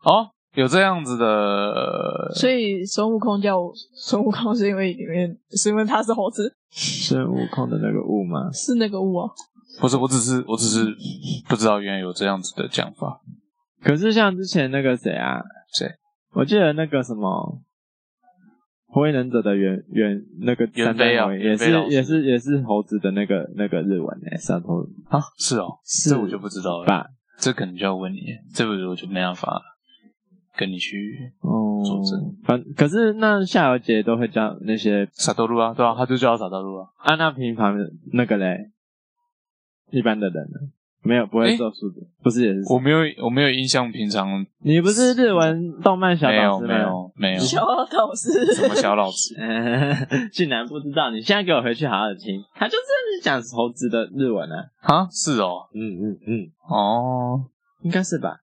S1: 哦，有这样子的。
S3: 所以孙悟空叫孙悟空是因为里面是因为他是猴子，
S2: 孙悟空的那个悟吗？
S3: 是那个悟哦。
S1: 不是，我只是我只是不知道原来有这样子的讲法。
S2: 可是像之前那个谁啊，
S1: 谁？
S2: 我记得那个什么《火影忍者》的原原那个
S1: 猿
S2: 三代
S1: 飞啊
S2: 火影
S1: 猿
S2: 也
S1: 飞
S2: 是
S1: 老师
S2: 也是也是猴子的那个那个日文诶，三头
S1: 啊，是哦，
S2: 是
S1: 这我就不知道了。
S2: 吧？
S1: 这可能就要问你，这个我就没办法跟你去
S2: 哦
S1: 佐证，
S2: 反可是那夏油杰都会叫那些
S1: 撒豆路啊，对啊，他就叫他撒豆路啊。
S2: 安娜平旁的那个嘞，一般的人呢，没有不会
S1: 诶
S2: 咒术的，不是也是
S1: 我没有，我没有印象，平常
S2: 你不是日文动漫小
S1: 没
S2: 老
S1: 有
S2: 师
S1: 没
S2: 吗？，
S1: 有没有
S3: 小老师，
S1: 什么小老师
S2: 竟然不知道！你现在给我回去好好听，他就是讲猴子的日文啊。
S1: 啊？是哦，
S2: 嗯嗯嗯，
S1: 哦，
S2: 应该是吧？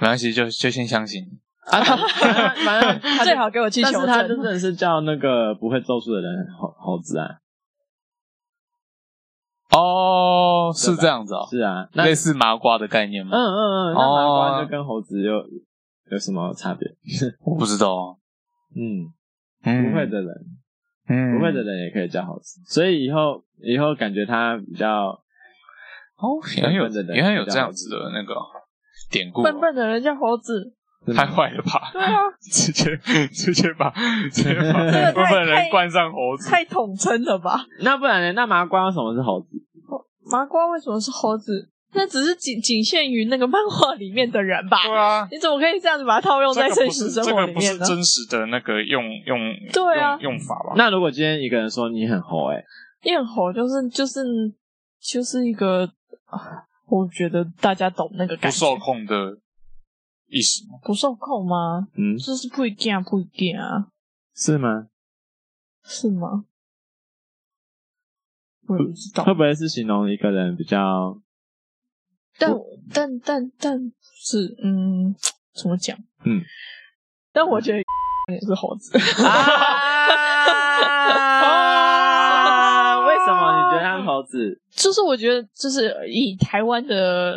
S1: 没关系，就就先相信。
S2: 啊，他反正反正 他
S3: 最好给我去
S2: 但
S3: 求
S2: 是他真
S3: 证。
S2: 的是叫那个不会咒术的人猴猴子啊，
S1: 哦，是这样子哦，
S2: 是啊，那
S1: 类似麻瓜的概念
S2: 嗯
S1: 吗？
S2: 嗯嗯，那麻瓜就跟猴子又有什么差别？
S1: 我不知道啊，
S2: 嗯，
S1: 嗯，
S2: 不会，的人，
S1: 嗯，
S2: 不会的，人也可以叫好吃，所以以后以后感觉他比较
S1: 哦，原来有
S2: 笨笨的
S1: 原
S2: 人
S1: 来有这样子的那个典故啊，
S3: 笨笨的人叫猴子，
S2: 嗯
S1: 太坏了吧？
S3: 对啊，
S1: 直接直接把直接把
S3: 这个太
S1: 笨笨人
S3: 太
S1: 冠上猴子，
S3: 太统称了吧？
S2: 那不然呢？那麻瓜为什么是猴子？
S3: 麻瓜为什么是猴子？那只是仅仅限于那个漫画里面的人吧？
S1: 对啊，
S3: 你怎么可以这样子把它套用
S1: 这
S3: 在
S1: 个
S3: 现
S1: 不
S3: 实
S1: 是
S3: 生
S1: 这
S3: 活
S1: 个
S3: 里
S1: 不是
S3: 面呢？
S1: 真实的那个用用
S3: 对啊
S1: 用用法吧？
S2: 那如果今天一个人说你很猴、欸，哎，
S3: 艳猴就是就是就是一个，啊我觉得大家懂那个
S1: 不
S3: 感觉，
S1: 受控的意思吗？
S3: 不受控吗？
S2: 嗯，
S3: 就是不一定啊，不一定啊，
S2: 是吗？
S3: 是吗？我也不知道
S2: 会，不会是形容一个人比较
S3: 但但但但是嗯，怎么讲？
S2: 嗯，
S3: 但我觉得也是猴子，
S2: 啊？为什么你觉得他是猴子？
S3: 就是我觉得就是以台湾的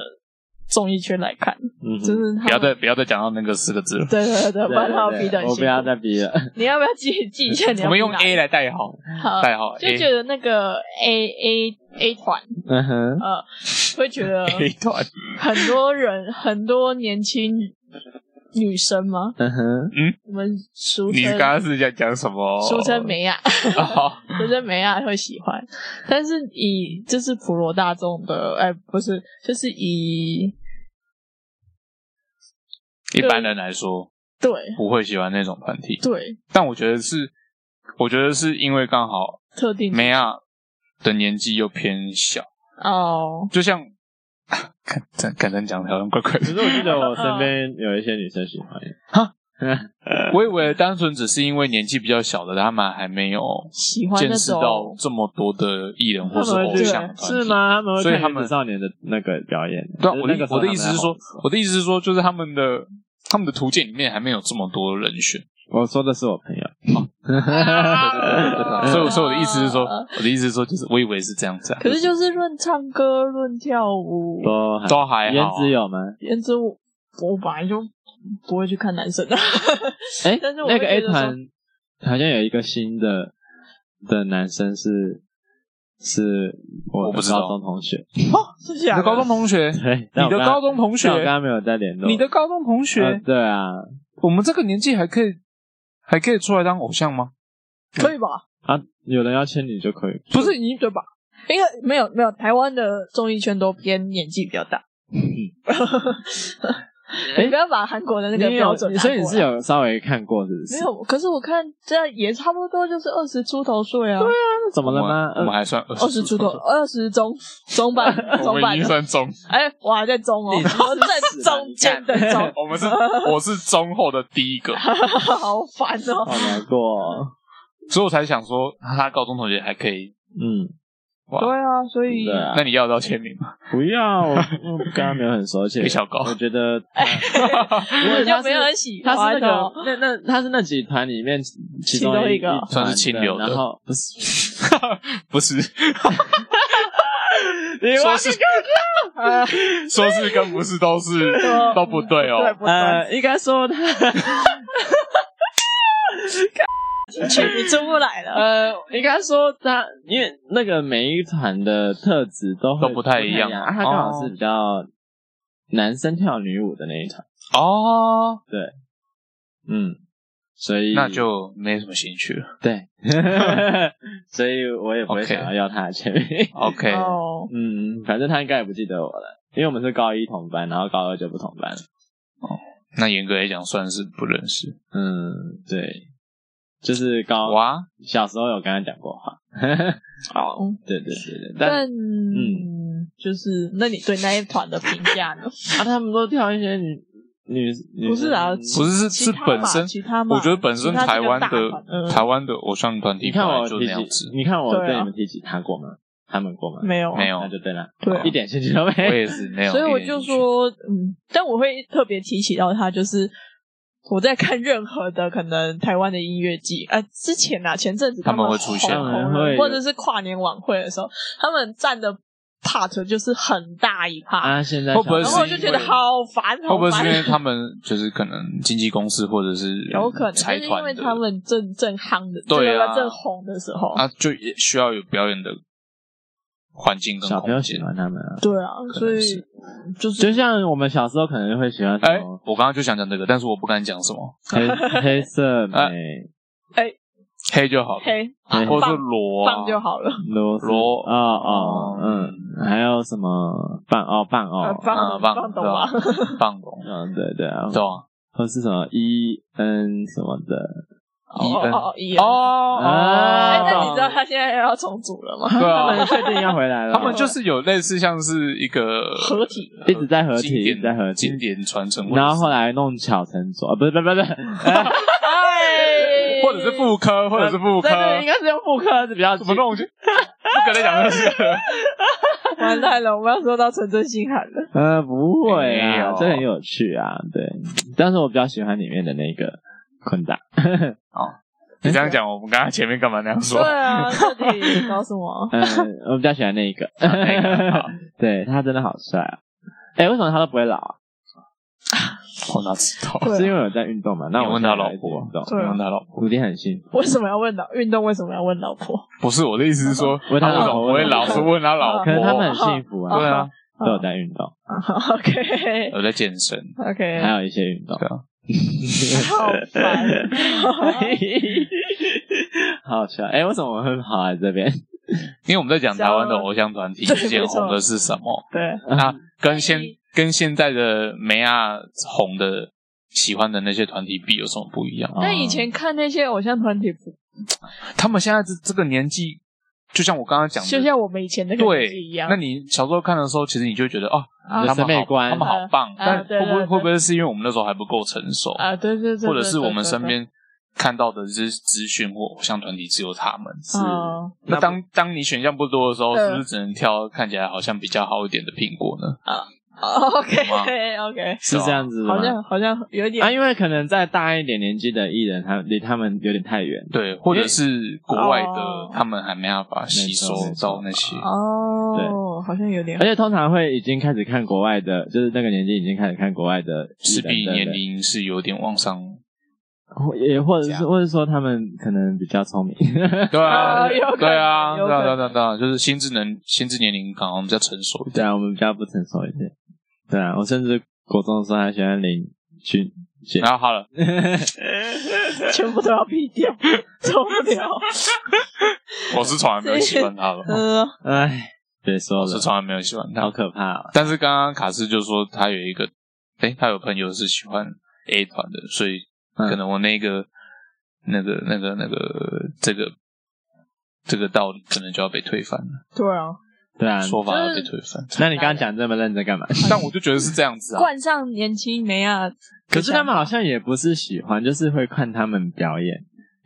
S3: 综艺圈来看，
S2: 嗯
S3: 就
S2: 哼，
S3: 是他
S1: 不要
S3: 们
S1: 再不要再讲到那个四个字了，
S3: 对对对，
S2: 对
S3: 不然他
S2: 对
S3: 们
S2: 对
S3: 逼得很辛
S2: 我不
S3: 苦
S2: 要再逼了。
S3: 你要不要记记一下？你要
S1: 我们用
S3: 逼哪
S1: A 来代号，
S3: 好，
S1: 代号
S3: 就
S1: A
S3: 觉得那个 A A A 团，
S2: 嗯哼，
S3: 呃，会觉 得
S1: A 团，
S3: 很多人很多年轻女生吗？
S2: 嗯哼，
S3: 我们俗
S1: 你
S3: 称
S1: 刚刚是在讲什么？
S3: 俗 称美亚，
S1: 哦好，
S3: 俗称美亚会喜欢，但是以就是普罗大众的，哎，不是，就是以
S1: 一般人来说
S3: 对
S1: 不会喜欢那种团体，
S3: 对
S1: 但我觉得是，我觉得是因为刚好
S3: 特定
S1: 梅亚的年纪又偏小，
S3: 哦，
S1: 就像。 看，真感人讲的好像怪怪
S2: 可
S1: 的。
S2: 是我记得我身 边有一些女生喜欢。
S1: 我以为单纯只是因为年纪比较小的，他们还没有
S3: 喜欢
S1: 见
S3: 那
S1: 识到
S3: 种
S1: 这么多的艺人或是
S2: 他们
S1: 偶
S2: 会觉
S1: 像
S2: 得
S1: 团体
S2: 是？吗？他们会
S1: 所以
S2: 看
S1: 他
S2: 原
S1: 们
S2: 子少年的那个表演。
S1: 对啊，
S2: 就是
S1: 我
S2: 那个
S1: 的
S2: 时候
S1: 我的
S2: 他
S1: 意
S2: 们
S1: 思是
S2: 还
S1: 说
S2: 好，
S1: 我的意思是说，就是他们的他们的图鉴里面还没有这么多人选，
S2: 我说的是我朋友。
S3: 啊
S1: 所以所以我的意思是说，我的意思是说，就是我以为是这样子啊，
S3: 可是就是论唱歌、论跳舞、
S2: 都还
S1: 都还
S2: 颜
S1: 好啊，
S2: 值有吗？
S3: 颜值我我本来就不会去看男生的， 哦
S2: 哎，
S3: 但是我
S2: 那个
S3: 会
S2: A
S3: 觉得说
S2: 团好像有一个新的的男生是是我
S1: 我不
S2: 的
S1: 知道
S2: 高中同学，
S3: 是
S1: 你
S3: 假
S1: 的高中同学，
S2: 对，你
S1: 你的高中同学
S2: 我跟他没有在联络。
S1: 你的高中同
S2: 呃
S1: 学，
S2: 对啊
S1: 我们这个年纪还可以还可以出来当偶像吗？
S3: 可以吧？
S2: 啊，有人要签你就可以。
S3: 不是你对吧？因为没有没有，台湾的综艺圈都偏年纪比较大。你不要把韩国的那个
S2: 你有
S3: 标准拿过
S2: 所
S3: 来，
S2: 以你是有稍微看过是不是？
S3: 没有？可是我看这也差不多就是二十出头岁啊，对啊，
S2: 怎么了吗？
S1: 我们我们
S2: 呃
S1: 还算
S3: 二十出头，二十中中版
S1: 我
S3: 中
S1: 们已
S3: 版
S1: 经
S3: 的，
S1: 算中，，
S3: 哎，我还在中哦，
S2: 你就是
S3: 我在
S2: 死了
S3: 中间的中
S1: 我们是我是中后的第一个，
S3: 好烦哦
S2: 好。难过、哦。
S1: 所以我才想说他高中同学还可以
S2: 嗯，
S1: 哇
S3: 对啊，所以
S2: 对啊
S1: 那你要得到签名吗？
S2: 不要，我我跟他没有很熟，而且
S1: 给小高
S2: 我 觉得呃
S3: 我
S2: 他
S3: 就是没有很喜
S2: 他
S3: 欢
S2: 是那
S3: 哦
S2: 个那那他是那几团里面其其中
S3: 其中
S2: 一
S3: 一个
S2: 团
S1: 算是清流的
S2: 然后 不是，
S1: 不是，
S2: 你
S1: 说是 说是跟不是都是
S3: 对啊
S1: 都不对
S3: 对，
S1: 哦。
S3: 不
S2: 呃，应该说他
S3: 进去 你出不来了。
S2: 呃，应该说他，因为那个每一团的特质都会
S1: 都不太一样
S2: 不啊他刚好是比较男生跳女舞的那一团，
S1: 哦，
S2: 嗯，所以
S1: 那就没什么兴趣了。
S2: 对， 所以我也不会
S1: OK
S2: 想要要他的签名，
S1: 呃 OK，
S3: 哦，
S2: 嗯，反正他应该也不记得我了，因为我们是高一同班，然后高二就不同班了，
S1: 那严格来讲算是不认识。
S2: 嗯，对，就是
S3: 哦
S2: 高
S1: 哇，
S2: 小时候有跟他讲过话，
S3: 好，
S2: 对对对对，但
S3: 但嗯，就是那你对那一团的评价呢？
S2: 啊，他们都跳一些女女女
S3: 不是啊
S1: 不
S2: 生
S1: 是是
S3: 其
S1: 是
S3: 他嘛
S1: 本身
S3: 其他嘛
S1: 我觉得本身
S3: 其他这
S1: 台
S3: 个
S1: 湾
S3: 大团
S1: 的
S3: 嗯
S1: 台湾的偶像团体
S2: 你
S1: 本
S2: 看
S1: 来
S2: 我
S1: 就
S2: 提
S1: 那样子
S2: 起，，你看我
S3: 对
S2: 对
S3: 啊
S2: 你们提起他过吗？他们过吗？
S3: 没有啊
S1: 没有
S2: 那就对了，
S3: 对啊
S2: 一点兴趣都没
S1: 我
S2: 有。
S1: 也是没有。
S3: 所以我就说，嗯，但我会特别提起到他，就是我在看任何的可能台湾的音乐季，呃，之前啊，前阵子
S1: 他们
S3: 们
S1: 会出现
S3: 红
S2: 他们会
S3: 或者是跨年晚会的时候，他们占的 part 就是很大一 part，、
S2: 啊，现在
S1: 会不会
S2: 小
S3: 然
S1: 是
S3: 后我就觉得
S1: 因为
S3: 好 烦，
S1: 会
S3: 好
S1: 不会是因
S3: 烦。
S1: 为他们就是可能经纪公司或者是
S3: 有可能
S1: 财
S3: 就是因
S1: 团
S3: 为
S1: 的，
S3: 他们正正夯的，
S1: 对啊
S3: 就是他们正红的时候，
S1: 啊就也需要有表演的环境跟
S2: 小朋友
S1: 空
S2: 喜
S1: 间。
S2: 欢他们啊。
S3: 对啊，
S1: 可
S3: 所
S1: 能
S3: 以
S1: 是
S3: 就是
S2: 就像我们小时候可能会喜欢什
S1: 哎
S2: 么，
S1: 我刚刚就想讲这个，但是我不敢讲什么
S2: 黑黑色
S1: 啊
S2: 美
S1: 黑就好了，
S3: 黑
S2: 对
S1: 或者是
S3: 棒
S1: 罗啊
S3: 棒就好了，
S2: 罗斯
S1: 罗
S2: 哦哦嗯，还有什么棒哦棒
S3: 啊
S2: 哦，
S1: 啊
S3: 棒
S1: 棒
S3: 棒
S1: 对
S3: 懂吗
S1: 吧？棒懂
S2: 嗯对对啊，
S1: 懂啊
S2: 或是什么 E N 什么的，
S1: 伊
S3: 哦
S1: 恩
S3: 哦哦，伊
S1: 哦
S3: 恩。哎，
S2: 啊
S3: 那你
S1: 哦，
S3: 知道他现在要重组了吗？
S1: 对
S2: 他们
S1: 啊，
S2: 确定要回来了，
S1: 他们就是有类似像是一个
S3: 合体
S2: 一直在合体
S1: 经典
S2: 一直在合体
S1: 经典传承，
S2: 然后后
S1: 来
S2: 来弄巧成拙，啊不是不是不是，
S3: 哎
S1: 或者是妇科，或者是妇科
S2: 对，对，应该是用妇科比较
S1: 怎么弄去？不可能讲这是
S3: 完蛋了，我们要说到陈真心寒了。
S2: 呃，不会
S1: 没有
S2: 啊，这很有趣啊，对。但是我比较喜欢里面的那个 坤达，
S1: 你这样讲，我们刚刚前面干嘛那样
S3: 对
S1: 说？
S3: 啊，到底搞什么？
S2: 嗯，我比较喜欢那一个，
S1: 啊
S2: 对他真的好帅啊！哎，为什么他都不会老啊？
S1: 我哪知道？
S3: 对啊
S2: 是因为我在运动嘛？那
S1: 你
S2: 我
S1: 问
S2: 现在
S1: 他老
S2: 一直
S1: 婆
S2: 运动，
S3: 对啊
S1: 问他老婆，
S2: 我一定很幸福。
S3: 为什么要问老运动？为什么要问老婆？
S1: 不是我的意思是说，
S2: 问他
S1: 为什
S2: 老
S1: 么
S2: 婆
S1: 不会老是问他老婆？
S2: 可能他们很幸福啊，
S1: 对啊，
S2: 都有在运动，
S3: 啊，OK
S1: 有在健身，
S3: OK，
S2: 还有一些运动。
S1: 对啊，
S3: 好烦。
S2: 好笑！哎，为什么我们会跑来这边？
S1: 因为我们在讲台湾的偶像团体
S3: 对
S1: 之前
S3: 没错
S1: 红的是什么，
S3: 对，
S1: 那跟现
S3: 嗯
S1: 跟现在的梅亚红的喜欢的那些团体比有什么不一样？
S3: 那以前看那些偶像团体，
S1: 他们现在这这个年纪，就像我刚刚讲
S3: 就
S1: 的。
S3: 像我们以前那个
S1: 对
S3: 年纪一，样
S1: 那。你小时候看的时候，其实你就觉得哦，
S3: 啊
S1: 他
S2: 审
S1: 们
S2: 美
S1: 好，
S2: 观
S1: 他们好棒，
S3: 啊
S1: 但
S3: 对
S1: 会不会
S3: 对对
S1: 会不会是因为我们那时候还不够成熟
S3: 啊，对对对，
S1: 或者是我们
S3: 对
S1: 身，边看到的是资讯或偶像团体只有他们。
S3: 对对哦
S1: 那当当你选项不多的时候，
S3: 嗯
S1: 是不是只能挑看起来好像比较好一点的苹果呢？吗
S3: 哦
S1: 哎
S3: OK OK，
S2: 是这样子吗
S3: 好？像好像有点
S2: 啊，因为可能再大一点年纪的艺人，他离他们有点太远。
S1: 对，或者是国外的
S3: 哦，
S1: 他们还没办法吸收
S2: 没错没错啊
S1: 到那些。
S3: 哦，好像有点
S2: 而
S1: 哎
S2: 且通常会已经开始看国外的，就是那个年纪已经开始看国外的艺
S1: 势
S2: 人
S1: 必
S2: 的
S1: 年
S2: 人，
S1: 龄是有点往上，
S2: 或也或者
S1: 这
S2: 是
S1: 样
S2: 或者说他们可能比较聪明，
S1: 对啊，
S3: 啊
S1: 对
S3: 有
S1: 啊，
S3: 可能
S1: 对啊，
S3: 有
S1: 对
S3: 可能
S1: 啊，对啊对啊，就是心智能、心智年龄可能比较成熟一
S2: 对
S1: 点。
S2: 啊，我们比较不成熟一点。对啊，我甚至国中的时候还喜欢林俊杰，
S1: 然后好了，
S3: 全部都要毙掉，受不 了。
S1: 我是从来没有喜欢他了，
S3: 嗯，
S2: 哎，别说
S1: 我
S2: 了
S1: 哦是，从来没有喜欢他
S2: 好。可怕啊！
S1: 但是刚刚卡斯就说他有一个，诶，他有朋友是喜欢 A 团的，所以
S2: 嗯
S1: 可能我那个、那个、那个、那个这个这个道理可能就要被推翻了，
S3: 对啊，
S2: 对啊，
S1: 说法要被推翻。
S2: 那你刚刚讲这么认真 干嘛？
S1: 但我就觉得是这样子啊，
S3: 冠上年轻梅亚，
S2: 可是他们好像也不是喜欢，就是会看他们表演，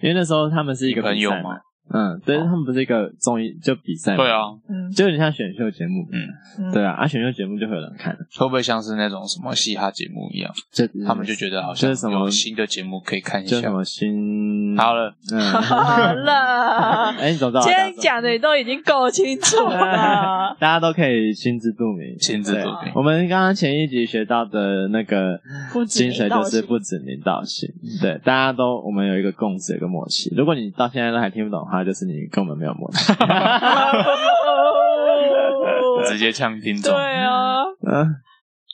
S2: 因为那时候他们是一个
S1: 朋
S2: 比
S1: 友
S2: 赛嘛
S1: 嘛，，
S2: 嗯，对，
S1: 哦
S2: 他们不是一个综艺就比赛嘛，
S1: 对，啊，
S3: 嗯，
S2: 就有点像选秀节目，
S3: 嗯
S2: 对啊，啊，选秀节目就会有人看，
S1: 会不会像是那种什么嘻哈节目一样，
S2: 就
S1: 他们就觉得好
S2: 就
S1: 像
S2: 是什么
S1: 有新的节目可以看一
S2: 就什
S1: 下。
S2: 么新，
S1: 好了，
S2: 嗯，
S3: 好 了，
S1: 啊
S2: 哎，你怎么知道？。
S3: 今天讲的也都已经够清楚
S1: 啊
S3: 了
S2: 大家都可以心知肚明，
S1: 亲自作品
S2: 对。我们刚刚前一集学到的那个
S3: 不指
S2: 精
S3: 名
S2: 髓
S3: 道
S2: 就是
S3: 姓
S2: 不指名道姓，对，大家都我们有一个共识，有一个默契。如果你到现在都还听不懂的话，就是你根本没有默 契。
S1: 啊
S2: 哦
S1: 直接呛听众
S3: 哦对，啊，
S2: 嗯，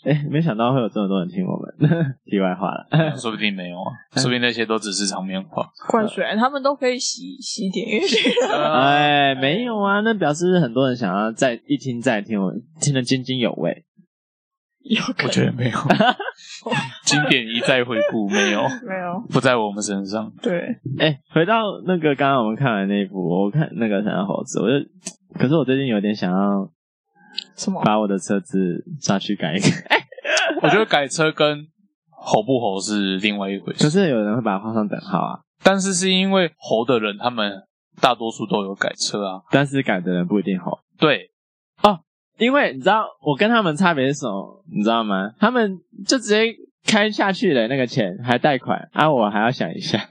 S2: 哎，没想到会有这么多人听我们。 题外话了，
S1: 说不定没有啊，
S2: 嗯
S1: 说不定那些都只是场面话。
S3: 灌水他们都可以洗洗点乐器。
S2: 哎，没有啊，那表示很多人想要再一听再听，我听得津津有味。
S3: 有
S1: 我
S3: 可能
S1: 觉得没 有，经典一再回顾没有，
S3: 没有？
S1: 不在我们身上。
S3: 对，
S2: 哎，回到那个刚刚我们看完那一部，我看那个《小小猴子》，我就，可是我最近有点想要
S3: 什么？
S2: 把我的车子抓去改一改。
S1: 哎我觉得改车跟吼不吼是另外一回
S2: 可
S1: 事，
S2: 是有人会把它画上等号啊，
S1: 但是是因为吼的人他们大多数都有改车啊，
S2: 但是改的人不一定好，
S1: 对，
S2: 因为你知道我跟他们差别是什么，你知道吗？他们就直接开下去了那个钱，还贷款啊，我还要想一下，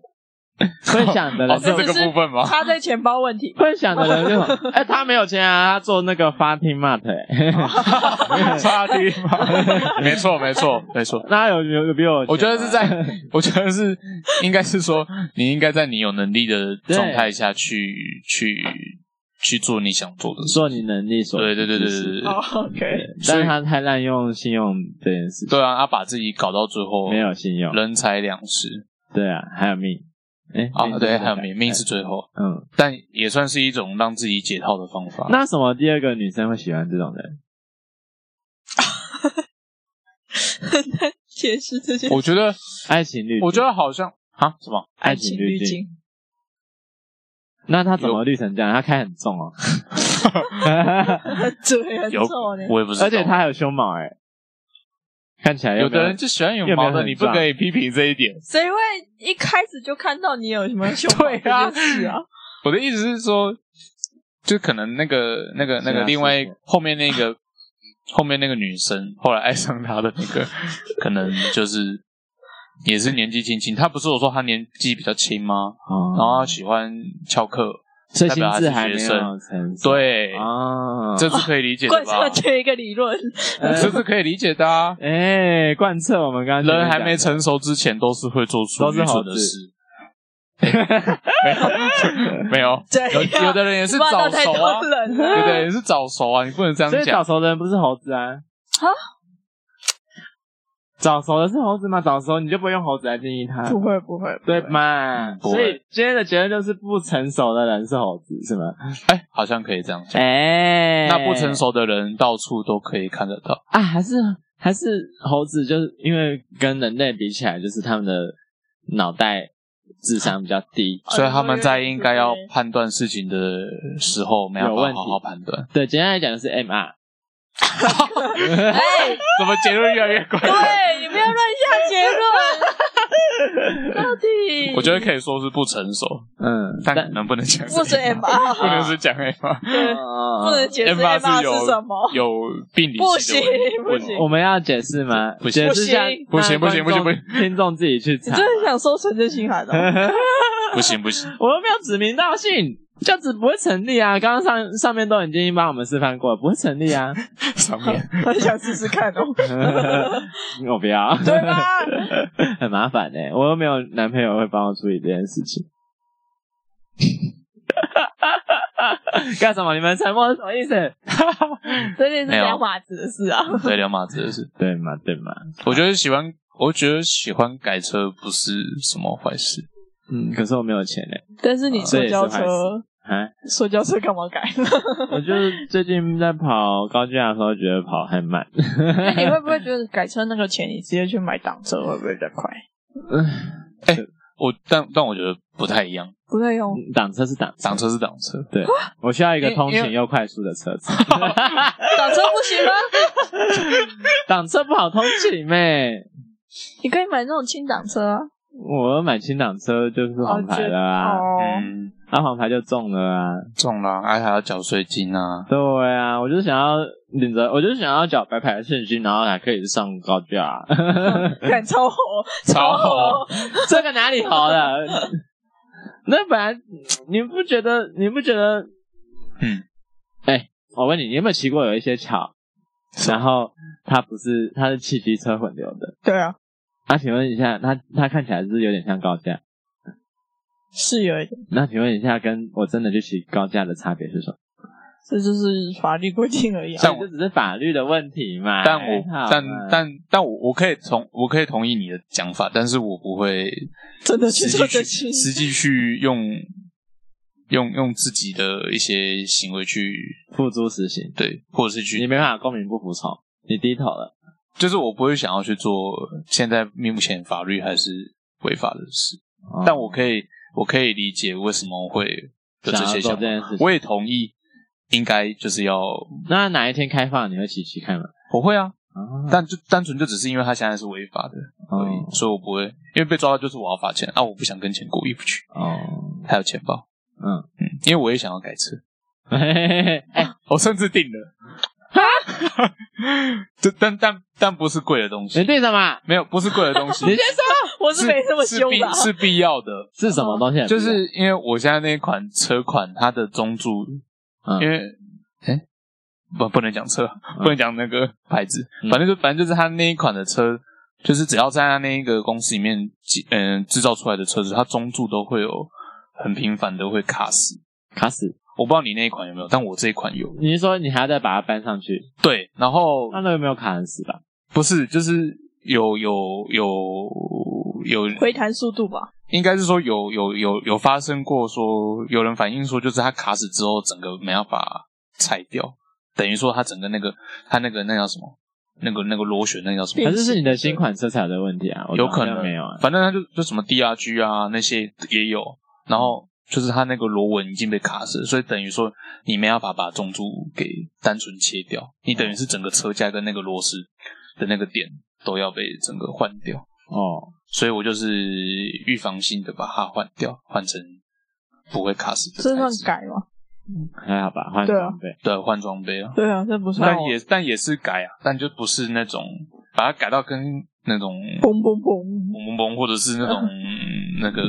S2: 会想的人
S1: 哦
S2: 就、，
S1: 是这个部分吗
S3: 插在钱包问题
S2: 会想的人就说，哎、他没有钱啊，他做那个 Fatin Mart，、欸、
S1: 哦差地方， 没错，没错，没错。
S2: 那有有有比我有钱吗，啊
S1: 我觉得是在，我觉得是应该是说，你应该在你有能力的状态下去去去做你想做的事。
S2: 做你能力所
S1: 对对对对对对
S3: 哦
S1: 对
S3: ，OK，
S2: 但是他太滥用信用这件事情，
S1: 对啊！他把自己搞到最后
S2: 没有信用，
S1: 人财两失
S2: 对啊，还有命，哎、
S1: 啊，
S2: 命
S1: 对，
S2: 是
S1: 还有
S2: 最
S1: 命
S2: 大
S1: 命是最后，
S2: 嗯，
S1: 但也算是一种让自己解套的方法。
S2: 那什么第二个女生会喜欢这种人？
S3: 解释这些
S1: 我觉得，
S2: 爱情滤镜，
S1: 我觉得好像啊，什么？
S2: 爱
S3: 情
S2: 情
S3: 滤
S2: 滤镜，，那他怎么滤成这样？他开很重哦，
S3: 对，很
S1: 有
S3: 臭呢。
S1: 我也不知道。
S2: 而且他还有胸毛哎，看起来
S1: 有
S2: 又没
S1: 的人就喜欢有
S2: 有没有
S1: 毛的，
S2: 很
S1: 你不可
S2: 壮
S1: 以批评这一点。
S3: 谁会一开始就看到你有什么胸
S1: 对啊
S3: 毛这件事啊？
S1: 我的意思是说，就可能那个、那个、那
S2: 是
S1: 个
S2: 啊
S1: 另外
S2: 是啊
S1: 后面那个后面那个女生，后来爱上他的那个，可能就是也是年纪轻轻。他不是我说他年纪比较轻吗？
S2: 哦，
S1: 然后他喜欢翘课，
S2: 所以
S1: 代
S2: 心
S1: 表他
S2: 智
S1: 是
S2: 还没
S1: 学生
S2: 有成熟，
S1: 对，
S2: 啊，
S1: 这是可以理解
S3: 贯
S1: 的吧
S3: 彻？这一个理论，
S1: 这是可以理解的 啊。
S2: 哎、贯彻我们刚刚前
S1: 人
S2: 面
S1: 还
S2: 讲
S1: 没
S2: 的
S1: 成熟之前，都是会做出
S2: 都是
S1: 愚
S2: 猴
S1: 蠢
S2: 子
S1: 的事。没有，没有，
S3: 对，
S1: 有有的人也是
S3: 哎骂到
S1: 早
S3: 太
S1: 熟啊
S3: 多，人了。
S1: 有的人是早熟啊，你不能这
S2: 所
S1: 样
S2: 以早
S1: 讲。
S2: 熟的人不是猴子啊？
S3: 啊？
S2: 早熟的是猴子吗？早熟你就不会用猴子来定义它，
S3: 不会不会，
S2: 对嘛？
S1: 不会
S2: 所以今天的结论就是不成熟的人是猴子，是吗？
S1: 哎，好像可以这样讲。
S2: 哎
S1: 那不成熟的人到处都可以看得到。
S2: 啊，还是还是猴子，就是因为跟人类比起来，就是他们的脑袋智商比较低。
S3: 啊
S1: 所以他们在应该要
S3: 有点
S1: 判断事情的时候，没有
S2: 有问
S1: 办
S2: 题
S1: 法好好判断。
S2: 对，简单来讲就是 M R。
S3: 哎，
S1: 怎么结论越来 越怪？
S3: 对，你不要乱下结论。到底
S1: 我觉得可以说是不成熟，
S2: 嗯，
S1: 但可
S2: 但
S1: 能不能讲
S3: 不是 M 吧？
S1: 不能是讲 M 吧
S3: 对，不
S2: 呃
S3: 能解释
S1: M8
S3: M
S1: 是有
S3: 是什么。
S1: 有病理
S3: 不
S1: 性
S3: 行
S1: 的问
S3: 不
S1: 题
S3: 行。
S2: 我们要解释吗？
S1: 不行
S2: 解释一下
S1: 不行不行不行不行
S2: 让观众听众自己去
S3: 你
S2: 查。
S3: 真
S1: 啊
S3: 的想说纯正心寒哦？
S1: 不行不行，
S2: 我又没有指名道姓，这样子不会成立啊！刚刚上上面都已经帮我们示范过了，不会成立啊！
S1: 上面
S3: 很想试试看哦，
S2: 我不要，
S3: 对 吧？
S2: 很麻烦呢、我又没有男朋友会帮我处理这件事情。 干什么？你们沉默是什么意思？
S3: 所以是
S1: 没有
S3: 两码子的事啊。
S1: 对两码子的事。
S2: 对嘛，对嘛。
S1: 我觉得喜欢，我觉得喜欢改车不是什么坏事。
S2: 嗯，可是我没有钱呢、
S3: 但是你塑胶车，
S2: 啊，
S3: 塑胶车干嘛改？
S2: 我就是最近在跑高架的时候，觉得跑很慢。
S3: 那你会不会觉得改车那个钱，你直接去买挡车会不会比较快？
S1: 哎我但但我觉得不太一样，
S3: 不对哦，
S2: 挡车是挡
S1: 挡，车是挡车，
S2: 对，我需要一个
S1: 因
S2: 通
S1: 因为
S2: 勤又快速的 车子。
S3: 挡车不行吗？
S2: 挡车不好通勤妹、
S3: 你可以买那种轻挡车啊。
S2: 我买轻档车就是黄牌了啊，
S3: 哦，
S1: 嗯，
S2: 那、黄牌就中了啊。
S1: 中了，哎还要缴税金啊，
S2: 对啊，我就想要领着，我就想要缴白牌的现金，然后还可以上高架、 嗯
S3: 看超红，
S1: 超
S3: 红
S1: 红，
S2: 这个哪里好了？ 那本来你不觉得？你不觉得？哎
S1: 嗯，
S2: 我问你，你有没有骑过有一些桥，然后它不是它是汽机车混流的？
S3: 对啊，
S2: 那、请问一下，它它看起来是不是有点像高架？
S3: 是有一点，
S2: 那请问一下，跟我真的去骑高架的差别是什么？
S3: 这就是法律规定而已、啊。
S1: 但
S2: 但
S1: 我
S2: 这只是法律的问题嘛。
S1: 但我
S2: 还哎好嘛
S1: 但但但我我可以同我可以同意你的讲法，但是我不 会
S3: 真的去
S1: 实
S3: 做
S1: 际
S3: 这
S1: 去
S3: 些，
S1: 实际去用用用自己的一些行为去
S2: 付诸实行，
S1: 对，或者是去
S2: 你没办法公民不服从，你低头了。
S1: 就是我不会想要去做现在目前法律还是违法的事，
S2: 哦
S1: 但我可以我可以理解为什么会有
S2: 想
S1: 这
S2: 要
S1: 些
S2: 做
S1: 想
S2: 这
S1: 法，
S2: 件事情。
S1: 我也同意，应该就是要
S2: 那哪一天开放，你会骑骑看吗？
S1: 我会啊，
S2: 啊
S1: 但就单纯就只是因为他现在是违法的而已，
S2: 哦
S1: 所以我不会，因为被抓到就是我要罚钱啊，我不想跟钱过意不去，
S2: 哦，
S1: 还有钱包，
S2: 嗯，
S1: 嗯，因为我也想要改车，
S2: 嘿嘿嘿嘿哎，
S1: 我甚至订了，这但但但不是贵的东
S2: 你
S1: 西，
S2: 对什么？
S1: 没有不是贵的东西
S2: 你，先说，
S3: 我是没这么
S1: 是
S3: 凶
S1: 必
S3: 吧？
S1: 是必要的，
S2: 是什么东西？
S1: 就是因为我现在那款车款，它的中柱，
S2: 嗯
S1: 因为哎、不不能讲车，
S2: 嗯
S1: 不能讲那个牌子，
S2: 嗯
S1: 反正就反正就是它那一款的车，就是只要在它那一个公司里面制嗯、制造出来的车子，它中柱都会有很频繁的会卡死。
S2: 卡死。
S1: 我不知道你那一款有没有，但我这一款有。
S2: 你是说你还要再把它搬上去？
S1: 对，然后
S2: 那那有没有卡很死吧？
S1: 不是就是有有有有
S3: 回弹速度吧，
S1: 应该是说有有有有发生过说有人反映说，就是他卡死之后，整个没办法拆掉，等于说他整个那个他那个那叫什么，那个那个螺旋那叫什么
S3: 变
S2: 还
S3: 形？
S2: 是是你的新款车才有的问题啊？我
S1: 有
S2: 好
S1: 可
S2: 像
S1: 能
S2: 没有啊。
S1: 反正他就就什么 DRG 啊那些也有，然后就是他那个螺纹已经被卡死了，所以等于说你没办法把中柱给单纯切掉，你等于是整个车架跟那个螺丝的那个点都要被整个换掉。
S2: 哦，
S1: 所以我就是预防性的把它换掉，换成不会卡死的
S3: 这
S1: 材
S3: 算
S1: 质。
S3: 改吗？
S2: 还好吧，换
S3: 对啊
S2: 装 备。
S1: 对，换装备啊，
S3: 对啊，这不算
S1: 但也但也是改啊，但就不是那种把它改到跟那种
S3: 砰砰砰，
S1: 蒙蒙或者是那种那个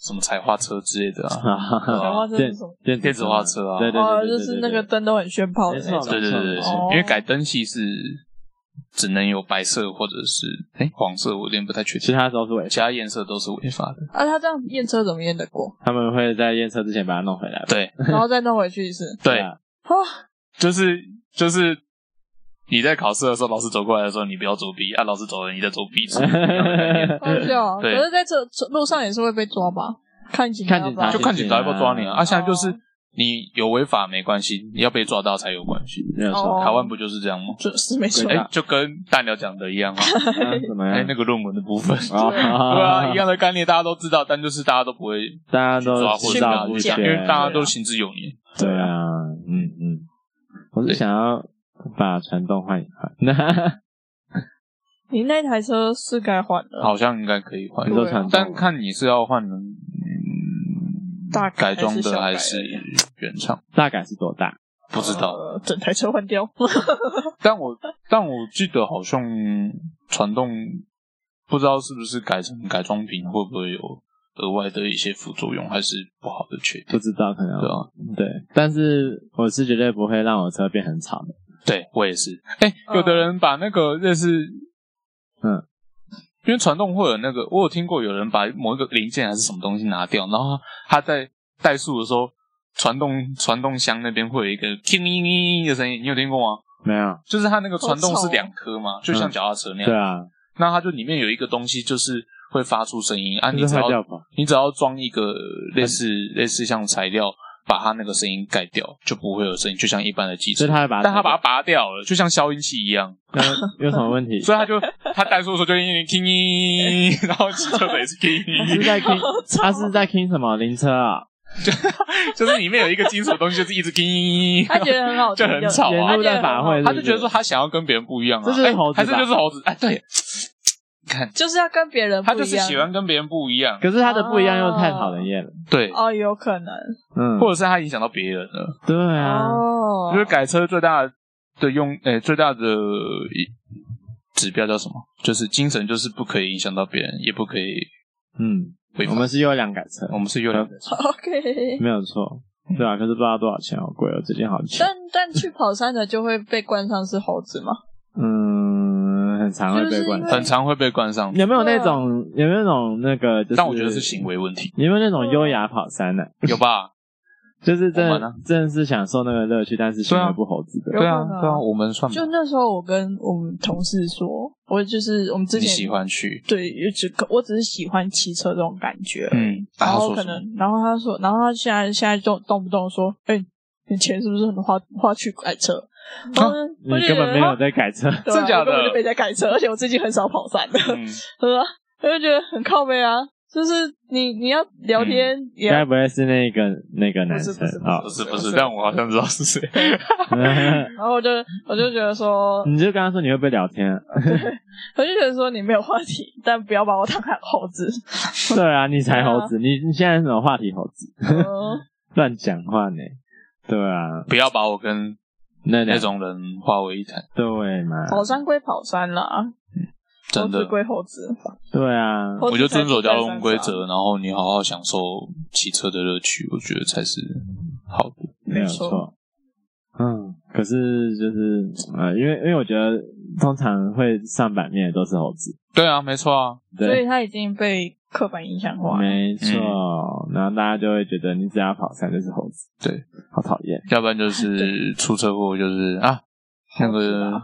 S1: 什么彩花车之类的啊，
S2: 哈
S3: 然
S1: 啊
S3: 后这是
S2: 电
S3: 什么？
S2: 电
S1: 电子化车啊
S2: 哦对对
S3: 哦，
S2: 对，对
S3: 就是那个，灯都很炫炮的
S2: 没
S3: 那种。
S2: 错
S1: 对对对对对
S3: 哦，
S1: 因为改灯系是只能有白色或者是哎、黄色，我有点不太确
S2: 其
S1: 定，
S2: 他都是违法，
S1: 其他颜色都是违法的。
S3: 啊，他这样验车怎么验得 过？
S2: 他们会在验车之前把它弄回来吧。
S1: 对
S3: 然后再弄回去一次。
S1: 对，
S2: 啊
S3: 啊，
S1: 就是就是你在考试的时候，老师走过来的时候，你不要作弊啊，老师走了，你在作弊，是一 样的概念
S3: 好笑啊！可
S1: 对
S3: 是在这这路上也是会被抓吧？看警察
S2: 看警
S3: 吧
S2: 察
S1: 就看警察要不要抓你啊。啊，现在就
S3: 哦
S1: 是你有违法没关系，你要被抓到才有关系。
S2: 没有
S3: 哦
S2: 错。
S1: 台湾不就是这样吗？
S3: 就是没错
S1: 哎、
S2: 对
S3: 啊。
S2: 啊
S1: 就跟大鸟讲的一 样啊，
S2: 啊怎么
S1: 哎、
S2: 样？
S1: 那个论文的部分，对
S2: 啊
S1: 啊，一样的概念，大家都知道，但就是大家都不会去
S2: 大家都
S1: 抓或者
S2: 知
S1: 大
S2: 道
S1: 家
S2: 不
S1: 不
S3: 去
S1: 讲，
S2: 对啊
S1: 因为大家都行之有年。
S2: 对啊，嗯嗯，我是想要把传动换一 换，那
S3: 你那台车是该换了，
S1: 好像应该可以换
S2: 你，说传动，
S1: 但看你是要换嗯
S3: 大
S1: 改装
S3: 小
S1: 的还
S3: 改
S1: 是
S3: 而已啊
S1: 原厂，
S2: 大概是多大？
S1: 不知道。
S3: 呃整台车换掉。
S1: 但我但我记得好像传动不知道是不是改成改装品会不会有额外的一些副作用，还是不好的缺
S2: 不
S1: 点？
S2: 知道，可能
S1: 对啊，
S2: 对，但是我是绝对不会让我车变很吵的。
S1: 对我也是。哎、
S3: 嗯
S1: 有的人把那个认识，
S2: 嗯，
S1: 因为传动会有那个，我有听过有人把某一个零件还是什么东西拿掉，然后他在怠速的时候，传动传动箱那边会有一个叮叮叮的声音，你有听过吗？
S2: 没有，
S1: 就是它那个传动
S3: 好
S1: 是
S3: 吵哦
S1: 两颗嘛，就像
S2: 嗯
S1: 脚踏车那样。
S2: 对啊，
S1: 那它就里面有一个东西，就是会发出声音啊。
S2: 就
S1: 你
S2: 是
S1: 只
S2: 坏掉
S1: 要
S2: 吧。
S1: 你只要装一个类似类似像材料，把它那个声音盖掉，就不会有声音，就像一般的机
S2: 所
S1: 车
S2: 以。他会把，
S1: 但它把它拔掉了，就像消音器一样，
S2: 那有什么问题？
S1: 所以它就它带速的时候就一直听音， 然后机车也是听
S2: 他是
S1: 音，
S2: 在听，他是在听什么灵车啊？
S1: 就是里面有一个金属的东西，就是一直听音，
S3: 他觉得很好听，
S1: 就很吵啊
S2: 沿路在法会，
S1: 他就觉得说他想要跟别人不一样啊，
S2: 这就是
S1: 哎
S2: 猴子吧
S1: 还是就是猴子，哎，对，看
S3: 就是要跟别人不
S1: 他
S3: 一样
S1: 就是喜欢跟别人不一样，
S2: 可是他的不一样又太讨人厌了。
S1: 对，
S3: 哦，有可能
S2: 嗯，
S1: 或者是他影响到别人了。
S2: 对
S1: 嗯
S2: 啊，
S3: 哦
S1: 我，觉得改车最大的用，诶、最大的一指标叫什么？就是精神，就是不可以影响到别人，也不可以
S2: 嗯，
S1: 违法。
S2: 我们是优良改车，
S1: 我们是优良的，
S3: OK。
S2: 没有错。
S3: 嗯
S2: 对啊，可是不知道多少钱，好贵哦，最近好贵。
S3: 但但去跑山的就会被冠上是猴子吗？
S2: 嗯，很常会被灌。
S3: 就是因为啊
S1: 很常会被冠上，
S2: 有没有那种有没有那种那个？就是
S1: 但我觉得是行为问题，
S2: 有没有那种优雅跑山呢？
S1: 有吧？
S2: 就是真
S1: 我们
S2: 的
S1: 呢啊
S2: 真的是享受那个乐趣，但是行为不猴子的。
S3: 有
S1: 对啊
S3: 可能，啊
S1: 对啊，我们算吧
S3: 就那时候我跟我们同事说，我就是我们之
S1: 你
S3: 前
S1: 喜欢去，
S3: 对，也只可我只是喜欢骑车这种感觉而已，
S1: 嗯，啊
S3: 然
S1: 他
S3: 后
S1: 说
S3: 哦可
S1: 什么？
S3: 能，然后他说，然后他现在现在就动不动说，哎、你钱是不是很花花去改车？
S1: 啊
S3: 然后呢
S2: 你根本没有，在改车，
S3: 我就觉得啊对啊
S1: 真假的
S3: 我根本就没在改车，而且我最近很少跑山 的，
S1: 嗯，
S3: 对吧？我就觉得很靠背啊，就是你你要
S1: 嗯
S3: 聊天、也
S2: 该
S3: 要
S2: 不会是那个那个男
S3: 不是不
S2: 生
S3: 是
S2: 啊
S1: 不？是不是，但我好像知道是谁。
S2: 哦
S3: 然后我就我就觉得说，
S1: 嗯
S2: 你就跟他说你会不会聊天啊？
S3: 我就觉得说你没有话题，但不要把我当成 猴子。
S2: 对啊，你才猴子，你你现在是什么话题猴子？
S3: 嗯
S2: 乱讲话呢？对啊，
S1: 不要把我跟
S2: 那
S1: 那
S2: 两
S1: 种人化为一谈。
S2: 对嘛？
S3: 跑山归跑山啦，
S1: 真
S3: 后知
S1: 的，
S3: 归后知，
S2: 对啊，
S3: 后知
S1: 我觉得遵
S3: 才
S1: 守
S3: 知
S1: 交
S3: 在
S1: 通
S3: 山
S1: 规
S3: 上
S1: 则，然后你好好享受骑车的乐趣，我觉得才是好的。
S2: 没有
S3: 错
S2: 错。嗯，可是就是呃，因为因为我觉得通常会上版面的都是猴子，
S1: 对啊，没错啊，
S3: 所
S2: 对
S3: 以，嗯他已经被刻板印象化了。
S2: 没错。然后大家就会觉得你只要跑山就是猴子，
S1: 对，
S2: 好讨厌。
S1: 要不然就是出车祸，就是啊，那
S3: 好
S1: 个
S3: 吧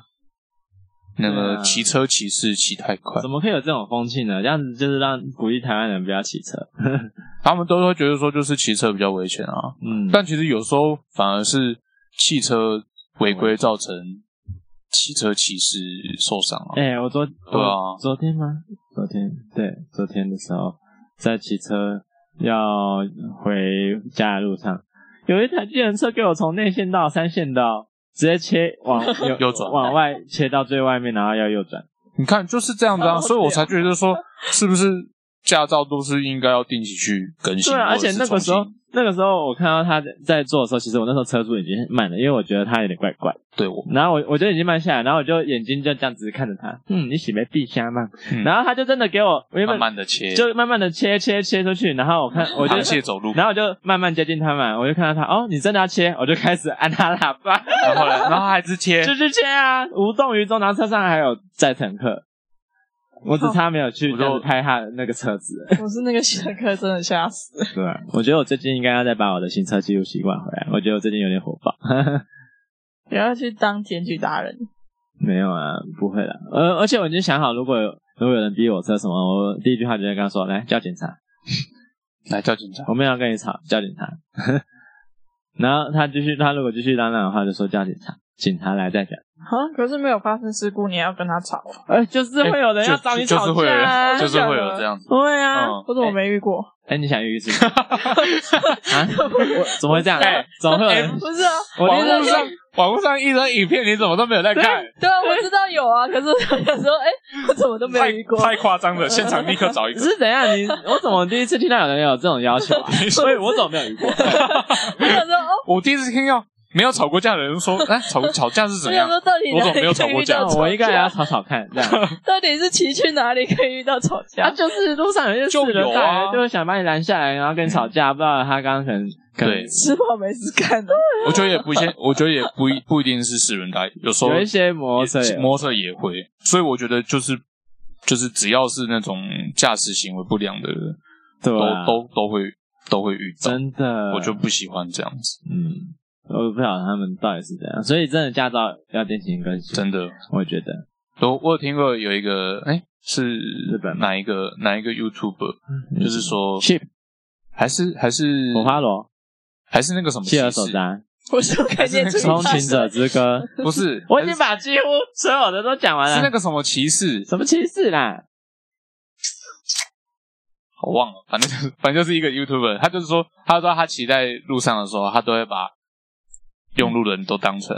S1: 那
S2: 对啊
S1: 个骑车骑士骑太快
S2: 怎，么可以有这种风气呢？这样子就是让鼓励台湾人不要骑车。
S1: 他们都会觉得说就是骑车比较危险啊，
S2: 嗯，
S1: 但其实有时候反而是汽车违规造成汽车骑士受伤啊。
S2: 哎、我昨
S1: 对啊
S2: 我昨天吗？昨天对，昨天的时候在骑车要回家的路上，有一台计程车给我从内线到三线道直接切 往右
S1: 右转
S2: 往外切到最外面，然后要右转。
S1: 你看就是这样子啊，
S3: 哦
S1: 所以我才觉得说是不是驾照都是应该要定期去更新，
S2: 对啊，
S1: 或
S2: 而
S1: 者
S2: 且
S1: 是
S2: 那个时候
S1: 重新，
S2: 那个时候我看到他在做的时候，其实我那时候车速已经慢了，因为我觉得他有点怪怪。
S1: 对我
S2: 然后我我就已经慢下来，然后我就眼睛就这样子看着他，嗯，你喜没必瞎慢。
S1: 嗯
S2: 然后他就真的给我，我原
S1: 慢
S2: 本
S1: 慢的切，
S2: 就慢慢的切切切出去，然后我看我就
S1: 螃蟹走路，
S2: 然后我就慢慢接近他们，我就看到他，哦，你真的要切，我就开始按他喇叭，
S1: 然后呢，然后还是切，
S2: 就是切啊，无动于衷。然后车上还有载乘客，我只差没有去
S1: 我
S2: 就
S1: 就是
S2: 拍他的那个车子。
S3: 我是那个小客，真的吓死。
S2: 对啊，我觉得我最近应该要再把我的行车记录习惯回来。我觉得我最近有点火爆。
S3: 不要去当检举达人，
S2: 没有啊，不会啦。呃，而且我已经想好，如果有如果有人逼我车什么，我第一句话就会跟他说：“来叫警察。”
S1: 来叫警察。
S2: 我没有要跟你吵，叫警察。 然后他继续，他如果继续嚷嚷的话，就说叫警察，警察来再讲。
S3: 啊，可是没有发生事故，你还要跟他吵，啊
S2: 哎、就是 会有人要
S1: 就
S2: 找你
S1: 哎就
S2: 吵
S1: 就是会有
S2: 架、啊
S1: 人，
S3: 真
S1: 就
S3: 的
S1: 是
S3: 假
S1: 会
S3: 的
S1: 有这样子。
S2: 对啊。
S1: 嗯
S3: 或者我没遇过。
S2: 哎、你想预示 啊？ 我怎么会这样？
S1: 哎
S2: 怎么会有人？
S3: 不是啊，
S2: 我
S1: 网
S2: 连
S1: 络
S2: 这
S1: 上网络上一张影片，你怎么都没有在看？
S3: 对啊，我知道有啊，可是我想说，哎，我怎么都没有
S1: 太
S3: 遇过？
S1: 太夸张了，现场立刻找一个。
S2: 是怎样？你我怎么第一次听到有人有这种要求啊？所以我怎么没有 遇过？
S3: 我想说，哦，
S1: 我第一次听到没有吵过架的人说， 哎，吵吵架是
S3: 我
S1: 怎
S3: 想
S1: 样？
S3: 说到底
S1: 我
S3: 哪
S1: 怎么
S3: 里
S1: 没有
S3: 可
S1: 吵
S3: 以
S1: 过
S3: 遇
S1: 架
S3: 到
S2: 那
S3: 吵
S2: 我应该也
S3: 架
S2: 要吵吵看， 这样。
S3: 到底是骑去哪里可以遇到吵
S2: 啊，
S3: 架？
S2: 就是路上有些
S1: 就
S2: 四人
S1: 有
S2: 大
S1: 啊
S2: 人就是想把你拦下来，然后跟你吵架，不知道他刚刚可能可能
S1: 对，
S3: 吃饱没事干的，
S1: 我觉得也不一定，我觉得也不一 不一定是四轮带，啊有时候
S2: 有一些摩托车也有
S1: 摩托车也会，所以我觉得就是就是只要是那种驾驶行为不良的，人，
S2: 对
S1: 都
S2: 啊
S1: 都都会都会遇到。
S2: 真的，
S1: 我就不喜欢这样子，
S2: 嗯，我不晓得他们到底是怎样，所以真的驾照要定期更新，
S1: 真的。
S2: 我觉得
S1: 我我有听过有一个，哎、是日
S2: 本吗嗯
S1: 哪一个哪一个 YouTuber，、就是说
S2: Chip
S1: 还是还是
S2: 火花罗
S1: 还是那个什么
S2: 锲而手
S1: 骑士，
S2: 札、
S3: 我就看见这
S2: 通
S3: 个
S2: 勤者之歌，
S1: 不是，
S2: 我已经把几乎所有的都讲完
S1: 是那
S2: 了，
S1: 个什么骑士，
S2: 什么骑士啦，
S1: 我忘了，反正就是反正就是一个 YouTuber，他就是说，他说他骑在路上的时候，他都会把用路人都当成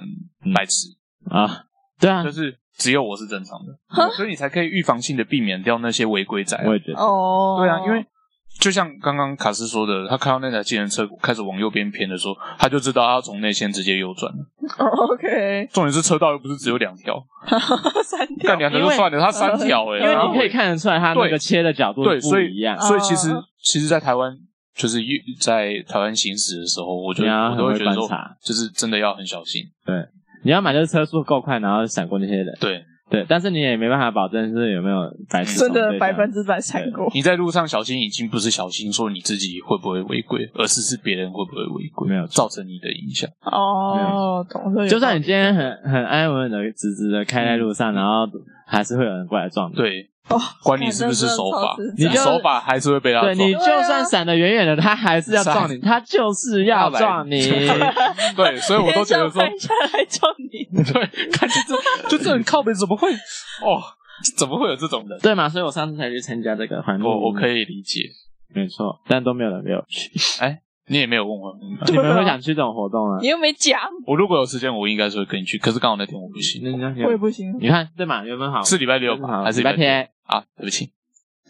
S1: 白痴，
S2: 啊，对啊
S1: 就，是只有我是正常的，所以你才可以预防性的避免掉那些违规仔啊、
S2: 我也觉得，
S3: 哦，
S1: 对啊，因为就像刚刚卡斯说的，他看到那台计程车开始往右边偏的时候，他就知道他要从内线直接右转了。
S3: 哦 OK
S1: 重点是车道又不是只有两条，
S3: 删掉
S1: 干，两条就算了，他三条哎、
S2: 啊因为呃
S1: 然后
S2: 你可以看得出来他那个
S1: 对
S2: 切的角度
S1: 对，
S2: 不
S1: 所以
S2: 一样，
S1: 所以其实
S3: 嗯
S1: 其实，在台湾就是一在台湾行驶的时候，我就
S2: 你要
S1: 我都会觉得
S2: 很会
S1: 说
S2: 观察，
S1: 就是真的要很小心。
S2: 你要买就是车速够快，然后闪过那些人，
S1: 对，
S2: 对，但是你也没办法保证是有没有白痴
S3: 真
S2: 从
S3: 的
S2: 对
S3: 百
S2: 向
S3: 分之百闪过。
S1: 你在路上小心，已经不是小心说你自己会不会违规，而是是别人会不会违规，
S2: 没有错
S1: 造成你的影响。
S3: 哦，懂了。
S2: 就算你今天很很安稳的、直直的开在路上，然后还是会有人过来撞你。
S1: 对，
S3: 哦
S1: 管你是不是
S3: 看这
S1: 手法
S3: 超智，
S1: 你
S2: 障
S1: 手法还是会被他
S2: 对啊
S1: 撞。
S2: 你就算闪得远远的，他还是要撞你，他就是要撞你。
S1: 对，所以我都觉得说，嗯
S3: 看下来叫你，
S1: 对，看就这就这种靠北怎么会哦？怎么会有这种人？
S2: 对嘛？所以我上次才去参加这个环保，
S1: 我我可，以理解，
S2: 没错，但都没有人陪我去。
S1: 你也没有问我。
S2: 你
S3: 对啊
S2: 们会想去这种活动啊
S3: 你？又没讲，
S1: 我如果有时间，我应该是会跟你去，可是刚好那天我不行。
S2: 那那
S3: 我也
S2: 你
S3: 不行。
S1: 嗯
S2: 你看对嘛？有没有嗯好？
S1: 是礼拜六吧？还是
S2: 礼拜天？
S1: 啊？对不起，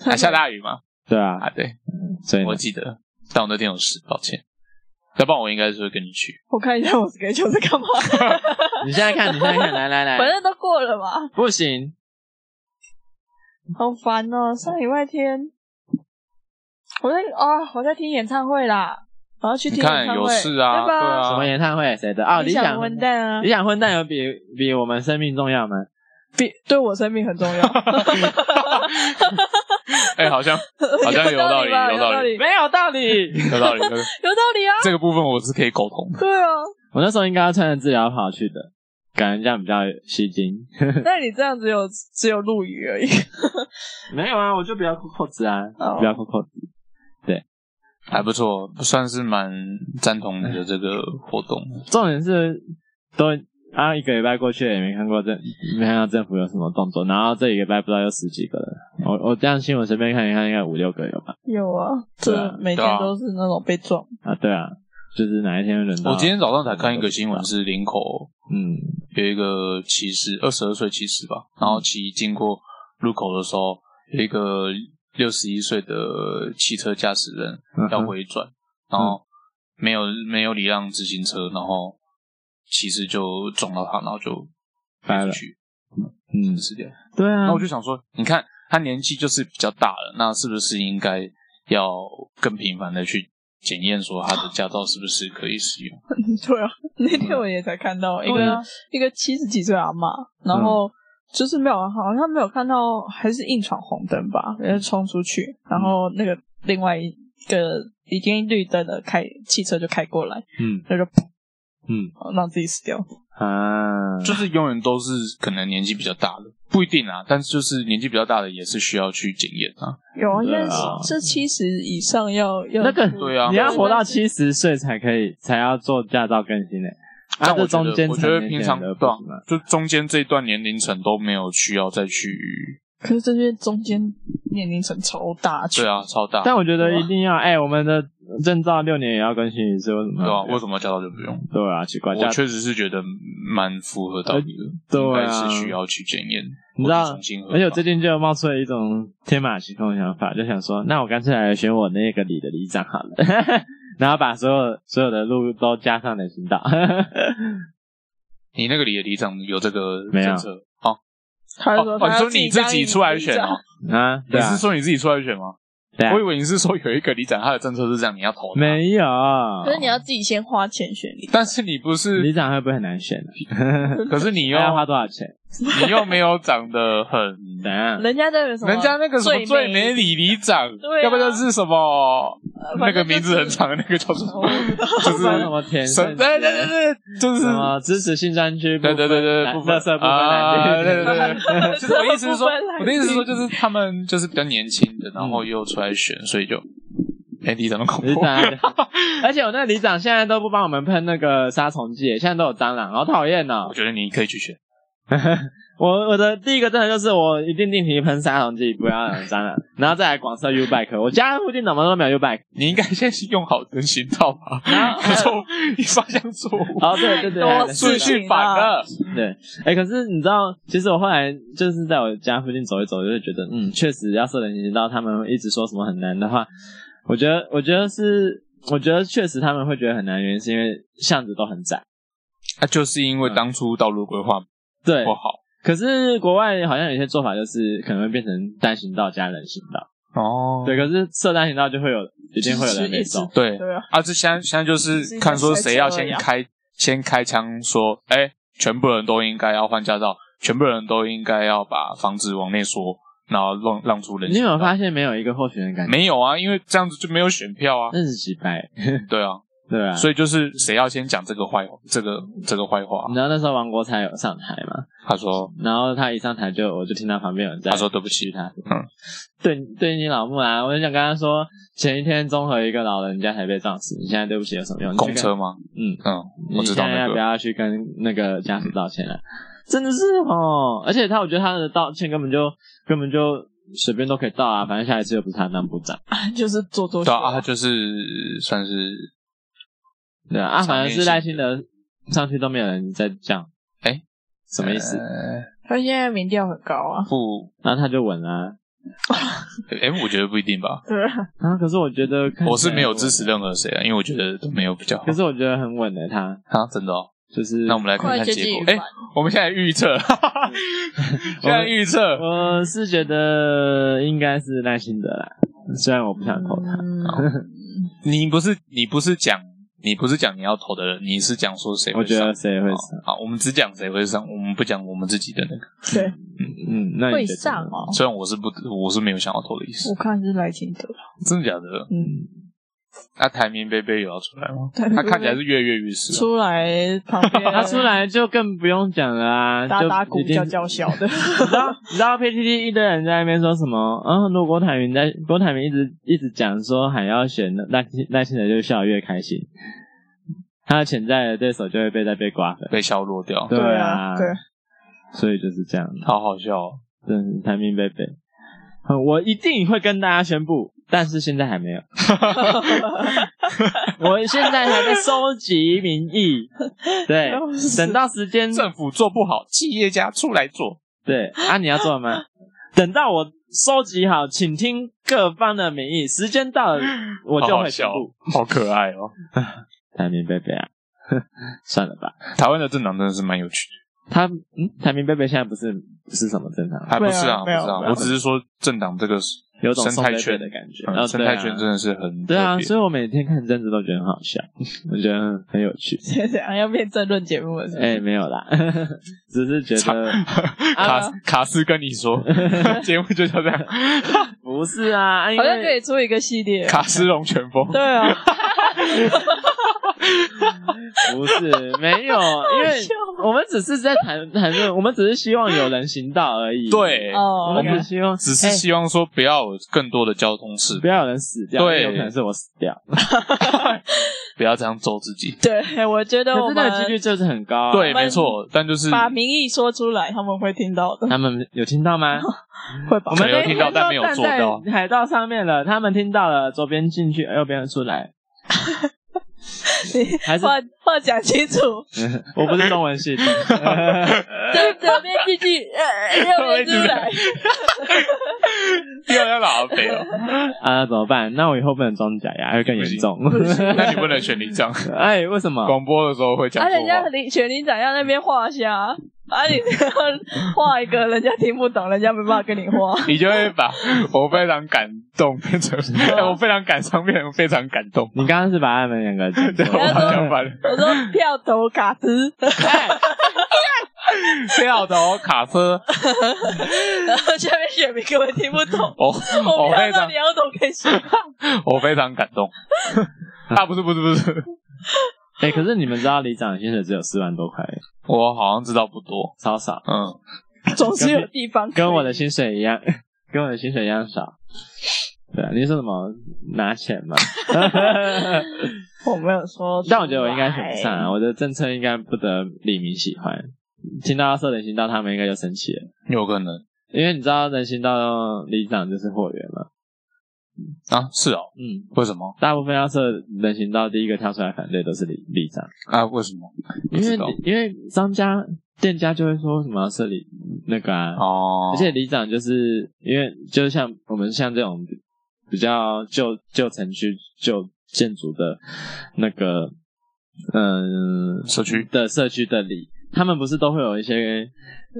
S1: 还啊下大雨吗？
S2: 对啊，
S1: 啊，对，
S2: 所以呢
S1: 我记得，但我那天有事，抱歉。要不然我应该是会跟你去。
S3: 我看一下我 schedule 是 干嘛，
S2: 你现在看，你现在看，来来
S3: 反
S2: 来，
S3: 正都过了嘛。
S2: 不行，
S3: 好烦哦！上礼拜天我在啊，我在听演唱会啦，我要去听
S1: 你
S3: 演
S1: 看
S3: 唱会，
S1: 有事啊
S3: 对吧？
S1: 对啊
S2: 什么演唱会？谁的？哦，
S3: 理
S2: 理
S3: 想
S2: 想
S3: 混蛋啊
S2: 理，想混蛋有比比我们生命重要吗？
S3: 比对我生命很重要，
S1: 哎，好像 好像有道理，
S3: 吧
S1: 有
S3: 有
S1: 道理，
S3: 理，
S2: 没有道理。
S1: 有道理。有道理
S3: 有道理啊！
S1: 这个部分我是可以苟同的。
S3: 对 啊，
S2: 我那时候应该要穿着治疗袍去的，感觉这样比较吸睛。
S3: 那你这样只有只有陆羽而已。
S2: 没有啊，我就不要扣扣子啊，
S3: 哦
S2: 不要扣扣子。
S1: 还不错，算是蛮赞同你的这个活动。
S2: 重点是都啊一个礼拜过去了也没看过政，没看到政府有什么动作，然后这一个礼拜不知道有十几个了。我我这样新闻随便看一看，应该五六个有吧？
S3: 有啊，
S2: 对
S3: 这
S2: 啊
S3: 每
S1: 对啊
S3: 天都是那种被撞，
S2: 啊，对啊，就是哪一天会轮到
S1: 我今天早上才看一个新闻，是林口
S2: 嗯，
S1: 有一个骑士，二十二岁骑士吧，然后骑经过路口的时候，有一个六十一岁的汽车驾驶人
S2: 嗯哼嗯
S1: 要回转，然后没有没有礼让自行车，然后骑士就撞到他，然后就
S2: 掰了
S1: 飞出去
S2: 嗯，
S1: 死掉。
S2: 对啊，
S1: 那我就想说，你看他年纪就是比较大了，那是不是应该要更频繁的去检验说他的驾照是不是可以使用？
S3: 对啊，那天我也才看到一
S1: 对
S3: 个、
S1: 啊
S3: 一个七十几岁阿嬷，然
S1: 嗯
S3: 后就是没有，好像没有看到，还是硬闯红灯吧，然后冲出去，然后
S1: 嗯
S3: 那个另外一个已经绿灯的开汽车就开过来，
S2: 嗯
S3: 那就
S2: 嗯
S3: 让自己死掉。
S2: 啊，
S1: 就是永远都是可能年纪比较大的，不一定啊，但是就是年纪比较大的也是需要去检验啊。
S3: 有啊，
S2: 对
S3: 现
S2: 啊
S3: 在这七十以上要要
S2: 那个
S1: 对啊
S2: 你要活到七十岁才可以，才要做驾照更新呢。啊，
S1: 但
S2: 这
S1: 我觉得
S2: 中间
S1: 我觉得平常
S2: 的
S1: 对、啊，就中间这一段年龄层都没有需要再去，
S3: 可是这些中间年龄层超大，
S1: 对啊，超大，
S2: 但我觉得一定要，哎、我们的证照六年也要更新一次，为什么？
S1: 对啊，为什么驾照就不用？
S2: 对啊，奇怪，驾
S1: 我确实是觉得蛮符合道理的，应
S2: 对
S1: 该
S2: 啊
S1: 是需要去检验，
S2: 你知道
S1: 或者重新核
S2: 而且我
S1: 发
S2: 最近就冒出了一种天马行空的想法，就想说，那我干脆来选我那个里的里长好了， 然后把所有所有的路都加上人行道。
S1: 你那个里的里长有这个
S2: 没有
S1: 政策？哦，
S3: 他就说
S1: 哦，
S3: 他
S1: 你
S3: 要
S1: 说你自
S3: 当
S1: 己出来选哦？
S2: 啊，
S1: 你
S2: 对啊
S1: 是，说你自己出来选吗？
S2: 对啊
S1: 我以为你是说有一个里长他的政策是这样，你要投他，
S2: 没有，
S3: 可是你要自己先花钱选礼，
S1: 但是你不
S2: 里
S1: 是，
S2: 长会不会很难选、啊？
S1: 可是你又
S2: 要要花多少钱？
S1: 你又没有长得 很，
S2: 等一下，
S3: 人家那个什么，
S1: 人家那个什么最
S3: 最
S1: 美
S3: 美
S1: 里里长，
S3: 对啊
S1: 要不然就是什么
S3: 呃
S1: 那
S3: 反
S1: 个
S3: 正哦
S1: 名字很长的那个叫什么
S3: 我不知道，
S1: 就是
S2: 什么田
S1: 什
S2: 胜，
S1: 对对对对，就是
S2: 什么支持新专区，
S1: 对对对对，不
S2: 特
S1: 分
S2: 色不分
S1: 啊，
S2: 男
S1: 对对
S2: 女，
S1: 对，就是我的意思 是说
S3: 不分，男女
S1: 我的意思是说，就是他们就是比较年轻的，然后又出来选，所以就，哎，里长的 恐
S2: 里
S1: 怖，
S2: 长，而且我那个里长现在都不帮我们喷那个杀虫剂，现在都有蟑螂，好讨厌哦
S1: 我！觉得你可以去选，
S2: 我我的第一个真的就是我一定定期喷杀虫剂，不要养蟑螂，然后再来广设 U bike。我家附近怎么都没有 U bike。
S1: 你应该先用好人行道 吧，可是我你方向错误，
S2: 哦，对对对，
S3: 太多
S2: 对
S1: 顺序反了，
S2: 对，哎、可是你知道，其实我后来就是在我家附近走一走，就会觉得，嗯，确实要设人行行道，他们一直说什么很难的话，我觉得，我觉得是，我觉得确实他们会觉得很难，原因是因为巷子都很窄。
S1: 那就是因
S2: 嗯
S1: 为当初道路规划
S2: 对，
S1: 不好
S2: 可是国外好像有些做法就是可能会变成单行道加人行道，
S1: 哦
S2: 对，可是设单行道就会有一定会有人没
S3: 就是一
S2: 走
S3: 直，
S1: 对
S3: 对啊，
S1: 啊，这现在现在就是看说谁要先开先开枪说，哎，全部人都应该要换驾照，全部人都应该要把房子往内缩，然后让让出人
S2: 你
S1: 行
S2: 有没有
S1: 道。
S2: 发现没有一个候选人敢？，
S1: 没有啊，因为这样子就没有选票啊。
S2: 那是几百，
S1: 对啊，
S2: 对啊。
S1: 所以就是谁要先讲这个坏这个这个坏话
S2: 你，知道那时候王国才有上台吗？
S1: 他说
S2: 然后他一上台就，我就听到旁边有人在
S1: 他说对不起
S2: 他，
S1: 嗯，
S2: 对对你老木啊，我就想跟他说，前一天综合一个老人家才被撞死，你现在对不起有什么用？你去
S1: 公
S2: 跟
S1: 车，吗？
S2: 嗯，
S1: 嗯，我知道
S2: 你现在啊
S1: 那
S2: 要不
S1: 个。
S2: 要去跟那个家属道 歉啊？真的是哦，而且他我觉得他的道歉根本就根本就随便都可以道啊，反正下一次又不是他当部长，
S3: 就是做作秀
S1: 对啊，啊他就是算是
S2: 对啊，啊
S1: 场
S2: 反
S1: 面
S2: 正
S1: 性
S2: 是赖清德上去都没有人在叫，
S1: 哎
S2: 什么意思？
S1: 呃
S3: 他现在民调很高啊，
S1: 不，
S2: 然后他就稳啊，
S1: 哎，我觉得不一定吧。
S3: 对啊，
S2: 啊，可是我觉得看起来
S1: 我是没有
S2: 很稳
S1: 支持任何谁啊，因为我觉得都没有比较好
S2: 可是我觉得很稳的他，
S1: 啊，真的哦。
S2: 就是
S1: 那我们来看
S3: 快
S1: 看
S3: 接
S1: 结
S3: 近
S1: 果
S3: 于。
S1: 哎
S3: 反，
S1: 我们现在预 测，哈哈哈现在预测，
S2: 我是觉得应该是耐心的啦，虽然我不想投他。
S3: 嗯
S1: 你不是你不是讲你不是讲你要投的人，你是讲说谁
S2: 我
S1: 会
S2: 觉
S1: 上
S2: 得。谁会
S1: 好
S2: 上？
S1: 好，我们只讲谁会上，我们不讲我们自己的那个。
S3: 对，
S2: 嗯，那你
S3: 会
S2: 觉得
S3: 上
S2: 呢
S3: 哦。
S1: 虽然我是不，我是没有想要投的意思
S3: 我。看是赖清德吧，
S1: 真的假的？
S3: 嗯，
S1: 那台民贝贝有要出来吗？
S3: 台
S2: 嗯
S3: 民
S1: 他
S3: 贝贝
S1: 看起来是跃跃欲试啊。
S3: 出来旁边
S2: 他出来就更不用讲了啊，
S3: 打
S2: 就
S3: 打鼓
S2: 已经
S3: 叫叫小的，
S2: 你知道你知道 PTT 一堆人在那边说什么？啊，如果郭台铭在郭台铭一直一直讲说还要选赖清赖清德，就笑得越开心，他的潜在的对手就会被再被瓜分。
S1: 被削弱掉，
S2: 对
S3: 啊， 对，
S2: 所以就是这样，
S1: 好好笑、哦。
S2: 真是台铭贝贝。嗯我一定会跟大家宣布，但是现在还没 有。我现在还在收集民意，对
S3: 笑，死
S2: 等到时间
S1: 政府做不好，企业家出来做。
S2: 对啊，你要做吗？ 等到我收集好，请听各方的民意，时间到了我就
S1: 好好
S2: 会宣
S1: 笑哦
S2: 布。，
S1: 好可爱哦！
S2: 台民贝贝啊， 算了吧。
S1: 台湾的政党真的是蛮有趣的，
S2: 他嗯，台民贝贝现在不是不是什么正常，
S1: 还不是啊，不
S3: 没有
S1: 是
S3: 没
S1: 啊，
S2: 有
S1: 我只是说政党这个是
S2: 有种
S1: 生态
S2: 宋贝贝
S1: 圈
S2: 的感觉，
S1: 嗯
S2: 哦
S1: 生态圈真
S2: 对啊
S1: 的是很
S2: 对
S1: 特
S2: 啊，
S1: 别
S2: 所以我每天看政治都觉得很好笑， 我觉得很有趣。
S3: 怎样要变政论节目了？是不是
S2: 哎、没有啦， 只是觉得
S1: 卡斯卡斯跟你说，节目就叫这样，
S2: 不是啊，啊因
S3: 好像可
S2: 为
S3: 以出一个系列，
S1: 卡斯龙拳风，
S3: 啊对啊，
S2: 不是没有，因为
S3: 笑
S2: 我们只是在谈谈论，我们只是希望有人行道而已。
S1: 对，
S3: 哦，
S2: 我
S3: OK
S2: 们希望
S1: 只是希望哎说不要有更多的交通事
S2: 哎不
S1: 故，
S2: 要有人死掉，
S1: 对
S2: 因为有可能是我死掉，
S1: 不要这样揍自己。
S3: 对，我觉得
S2: 可
S3: 我
S2: 是那个几率
S3: 们
S2: 就是很高、啊。
S1: 对，
S3: 们
S1: 没错，但就是
S3: 把民意说出来，他们会听到的，
S2: 他们有听到吗？
S3: 会吧
S2: 我？们
S1: 没有听到
S2: 那
S1: 但没有做到
S2: 站在海盗上面了，他们听到了，左边进去，右边出来。还是
S3: 话话讲清楚，
S2: 我不是中文系的，哎
S3: 这左边进去，右边出来，
S1: 又要老北哦，
S2: 啊，怎么办？那我以后不能装假牙，会更严重。
S1: 那你不能选你这样。
S2: 哎，为什么？
S1: 广播的时候会讲
S3: 啊，人
S1: 错
S3: 家
S1: 话，
S3: 林选林长要那边画虾，啊，你这样画一个，人家听不懂，人家没办法跟你画。
S1: 你就会把我非常感动变成我非常感伤变成非常感动。
S2: 你刚刚是把他们两个讲
S1: 对，啊我
S2: 错
S1: 把相反了，
S3: 我说票投卡兹，
S2: 哎
S1: 票头哦卡车，
S3: 然后下面选民根本听不懂。
S1: 我
S2: 哦
S3: 我
S1: 我
S3: 看
S1: 非
S3: 到
S1: 常
S3: 你要懂可以选，
S1: 我非常感 动。啊，不是不是不是，
S2: 哎，可是你们知道里长的薪水只有四万多块，
S1: 我好像知道不多，
S2: 超少，
S1: 嗯，
S3: 总是有地方
S2: 跟我
S3: 的
S2: 的薪水一样， 跟我的薪水一样少。对啊，你是说什么拿钱吗？
S3: 我没有说出来，
S2: 但我觉得我应该选不上啊，我的政策应该不得李明喜欢。听到说人行道，他们应该就生气了，
S1: 有可能
S2: 因为你知道人行道里长就是货源嘛。
S1: 啊，是哦，
S2: 嗯，
S1: 为什么
S2: 大部分要设人行道，第一个跳出来反对都是里里长，
S1: 啊？为什么？不
S2: 因为
S1: 知道
S2: 因为商家店家就会说什么要设里那个啊，
S1: 哦，
S2: 而且里长就是因为就像我们像这种比较旧旧城区旧建筑的那个嗯、
S1: 社区
S2: 的社区的里，他们不是都会有一些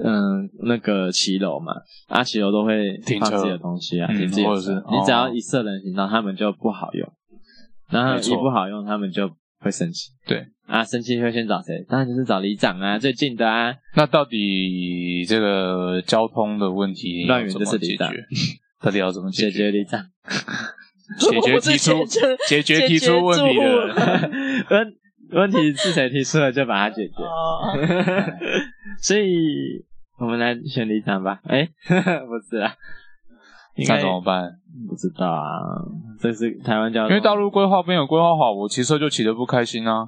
S2: 嗯那个骑楼嘛，啊骑楼都会
S1: 停
S2: 放
S1: 车
S2: 自己的东西啊，
S1: 嗯
S2: 停自己的
S1: 或者是
S2: 车你只要
S1: 哦
S2: 一设人行道，他们就不好用，然后
S1: 没错
S2: 一不好用，他们就会生气。
S1: 对
S2: 啊，生气会先找谁？当然就是找里长啊，最近的啊。
S1: 那到底这个交通的问题
S2: 乱源
S1: 要怎
S2: 就是
S1: 么
S2: 里
S1: 解
S2: 长
S1: 决？到底要怎么
S2: 解
S1: 解决？
S2: 决里长，
S1: 解决提出
S3: 我不是解决
S1: 解决提出问题的人，
S2: 问问题是谁提出了就把它解决。
S3: 哦，
S2: 所以我们来选里长吧。哎、 不是啊，应
S1: 那
S2: 该
S1: 怎么办？
S2: 不知道啊，这是台湾交通，
S1: 因为大陆规划没有规划好，我骑车就骑得不开心啊，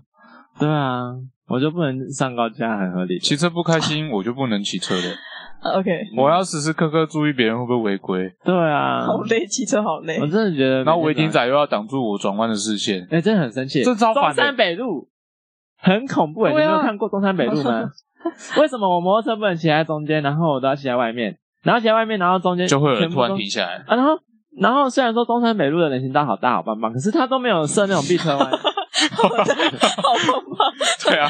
S2: 对啊，我就不能上高架，很合理。
S1: 骑车不开 心我就不能骑车了。
S3: OK，
S1: 我要时时刻刻注意别人会不会违规，
S2: 对啊，
S3: 好累，骑车好累
S2: 我。真的觉得，
S1: 然后违停，仔又要挡住我转弯的视线，
S2: 哎、真的很生气。
S1: 这超
S2: 中
S1: 烦
S2: 山
S1: 的。
S2: 北路很恐怖哎、
S3: 对啊
S2: 你没有看过中山北路 吗？为什么我摩托车不能骑在中间，然后我都要骑在外面，然后骑在外面，然后中间
S1: 就会有人
S2: 全部
S1: 突然
S2: 都
S1: 停下来， 哦
S2: 啊，然后然后虽然说中山北路的人行道好大好棒棒，可是他都没有设那种避车弯，
S3: 我真的好崩吧？
S1: 对 啊，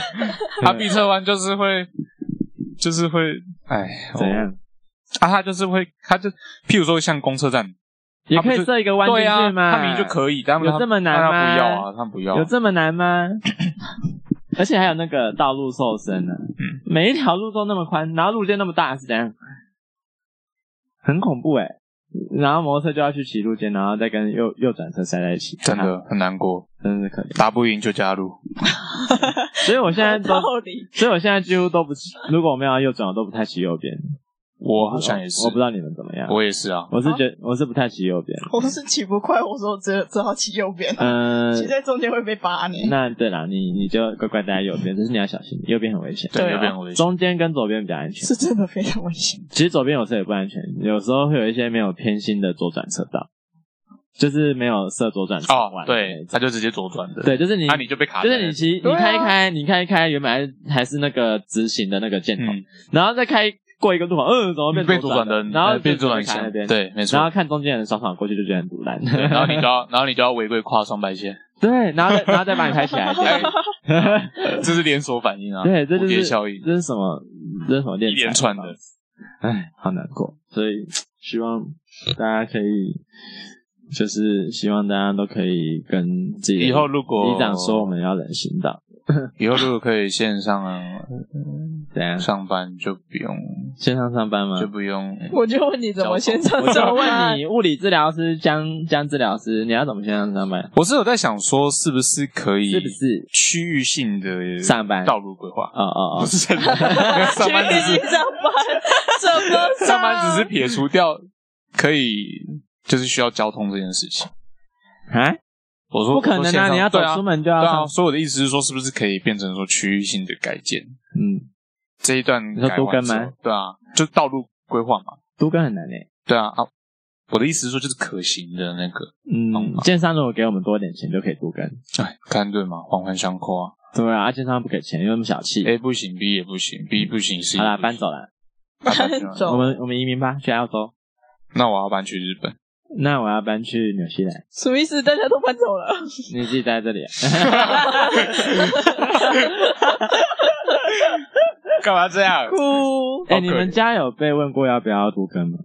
S1: 他闭测完就是会，就是会，哎，
S2: 怎
S1: 哦？
S2: 样？
S1: 啊，他就是会，他就譬如说像公车站，
S2: 也
S1: 他不
S2: 可以
S1: 是
S2: 设一个弯进
S1: 对啊，
S2: 去嘛，
S1: 他明明就可以，但他
S2: 有这么难
S1: 但他
S2: 吗
S1: 不要啊，他不要啊
S2: 有，这么难吗？ 而且还有那个道路瘦身呢、
S1: 嗯
S2: 每一条路都那么宽，然后路线那么大，是怎样？很恐怖哎、然后摩托车就要去骑路肩，然后再跟右右转车塞在一起，
S1: 真的很难过，
S2: 真的是可怜。
S1: 打不赢就加入，
S2: 所以我现在都，
S3: 道理
S2: 所以我现在几乎都不骑。如果我们要右转，我都不太骑右边。
S1: 我好像也是
S2: 我，不知道你们怎么样。
S1: 我也是啊，
S2: 我是觉我是不太骑右边。
S3: 我是骑不快，我说我只有只好骑右
S1: 呃
S3: 边，
S2: 嗯、
S3: 骑在中间会被扒呢。
S2: 那对啦，你你就乖乖待在右边，只是你要小心，右边很危险。
S1: 对，
S3: 对啊
S1: 有点危险，
S2: 中间跟左边比较安全。
S3: 是真的非常危险，
S2: 其实左边有时候也不安全，有时候会有一些没有偏心的左转车道，就是没有设左转车
S1: 哦
S2: 弯，的那
S1: 对
S2: 种。，
S1: 他就直接左转的，啊
S2: 对，就是你，
S1: 那你就被卡，
S2: 就是你，骑，你
S3: 对啊
S2: 开一开，你开一开，原本还还是那个直行的那个箭头，
S1: 嗯，
S2: 然后再开过一个路口，嗯，怎么
S1: 被左转
S2: 转
S1: 灯，
S2: 然后
S1: 呃被左转
S2: 就直接卡
S1: 线
S2: 那边，，
S1: 对，没
S2: 然
S1: 错，
S2: 后看中间人爽爽过去就觉得很堵烂，
S1: 嗯对然后你就要，然后你就要违规跨双白线，
S2: 对，然后再然后再把你拍起 来，
S1: 哎
S2: 对
S1: 这是连锁反应啊，
S2: 对，这就
S1: 蝴蝶
S2: 是
S1: 效应，
S2: 这是什么？这是什么练
S1: 一连
S2: 财
S1: 串的
S2: 方式，哎，好难过。所以希望大家可以，就是希望大家都可以跟自己的
S1: 以后如果
S2: 里长说我们要人行道，
S1: 以后如果可以线上啊
S2: 怎样？
S1: 上班，就不用
S2: 线上上班吗
S1: 就？不用
S3: 我就问你怎么线上
S2: 我
S3: 上
S2: 就
S3: 班
S2: 问，你，物理治疗师江江治疗师，你要怎么线上上班？
S1: 我是有在想说，是不是可以
S2: 是不是
S1: 区域性的
S2: 上班
S1: 道路规划？
S2: 哦哦
S1: 不
S2: 哦，
S1: 是在 上班只
S3: 去
S1: 是
S3: 上班，怎么
S1: 上班只是撇除掉可以就是需要交通这件事情。
S2: 啊，
S1: 我说
S2: 不可
S1: 我说
S2: 能
S1: 线
S2: 啊！
S1: 上
S2: 你要走
S1: 对啊
S2: 出门就
S1: 对
S2: 要
S1: 啊，
S2: 上，
S1: 所以我的意思是说，是不是可以变成说区域性的改建
S2: 嗯，
S1: 这一段
S2: 你说
S1: 改
S2: 都
S1: 完
S2: 更
S1: 之后
S2: 吗？
S1: 对啊，就道路规划嘛。
S2: 都更很难诶。
S1: 对啊啊，我的意思是说，就是可行的那个。
S2: 嗯，
S1: 好
S2: 建商如果给我们多点钱，就可以都更。
S1: 哎，看对嘛，环环相扣啊。
S2: 对啊，啊建商不给钱，因为那么小气。
S1: A 不行，B 也不行，B 不行，C
S2: 好
S1: 也
S2: 啦，
S1: 不
S2: 搬
S1: 哎行
S2: 走啦。
S3: 搬
S2: 我
S3: 走，
S2: 们我们移民吧，去澳洲。
S1: 那我要搬去日本。
S2: 那我要搬去纽西 兰，
S3: 什么意思？大家都搬走了，
S2: 你自己待在这里、啊。
S1: 干嘛这样？
S3: 哭，
S1: 好可
S2: 哎、
S1: 怜
S2: 你们家有被问过要不要独耕吗？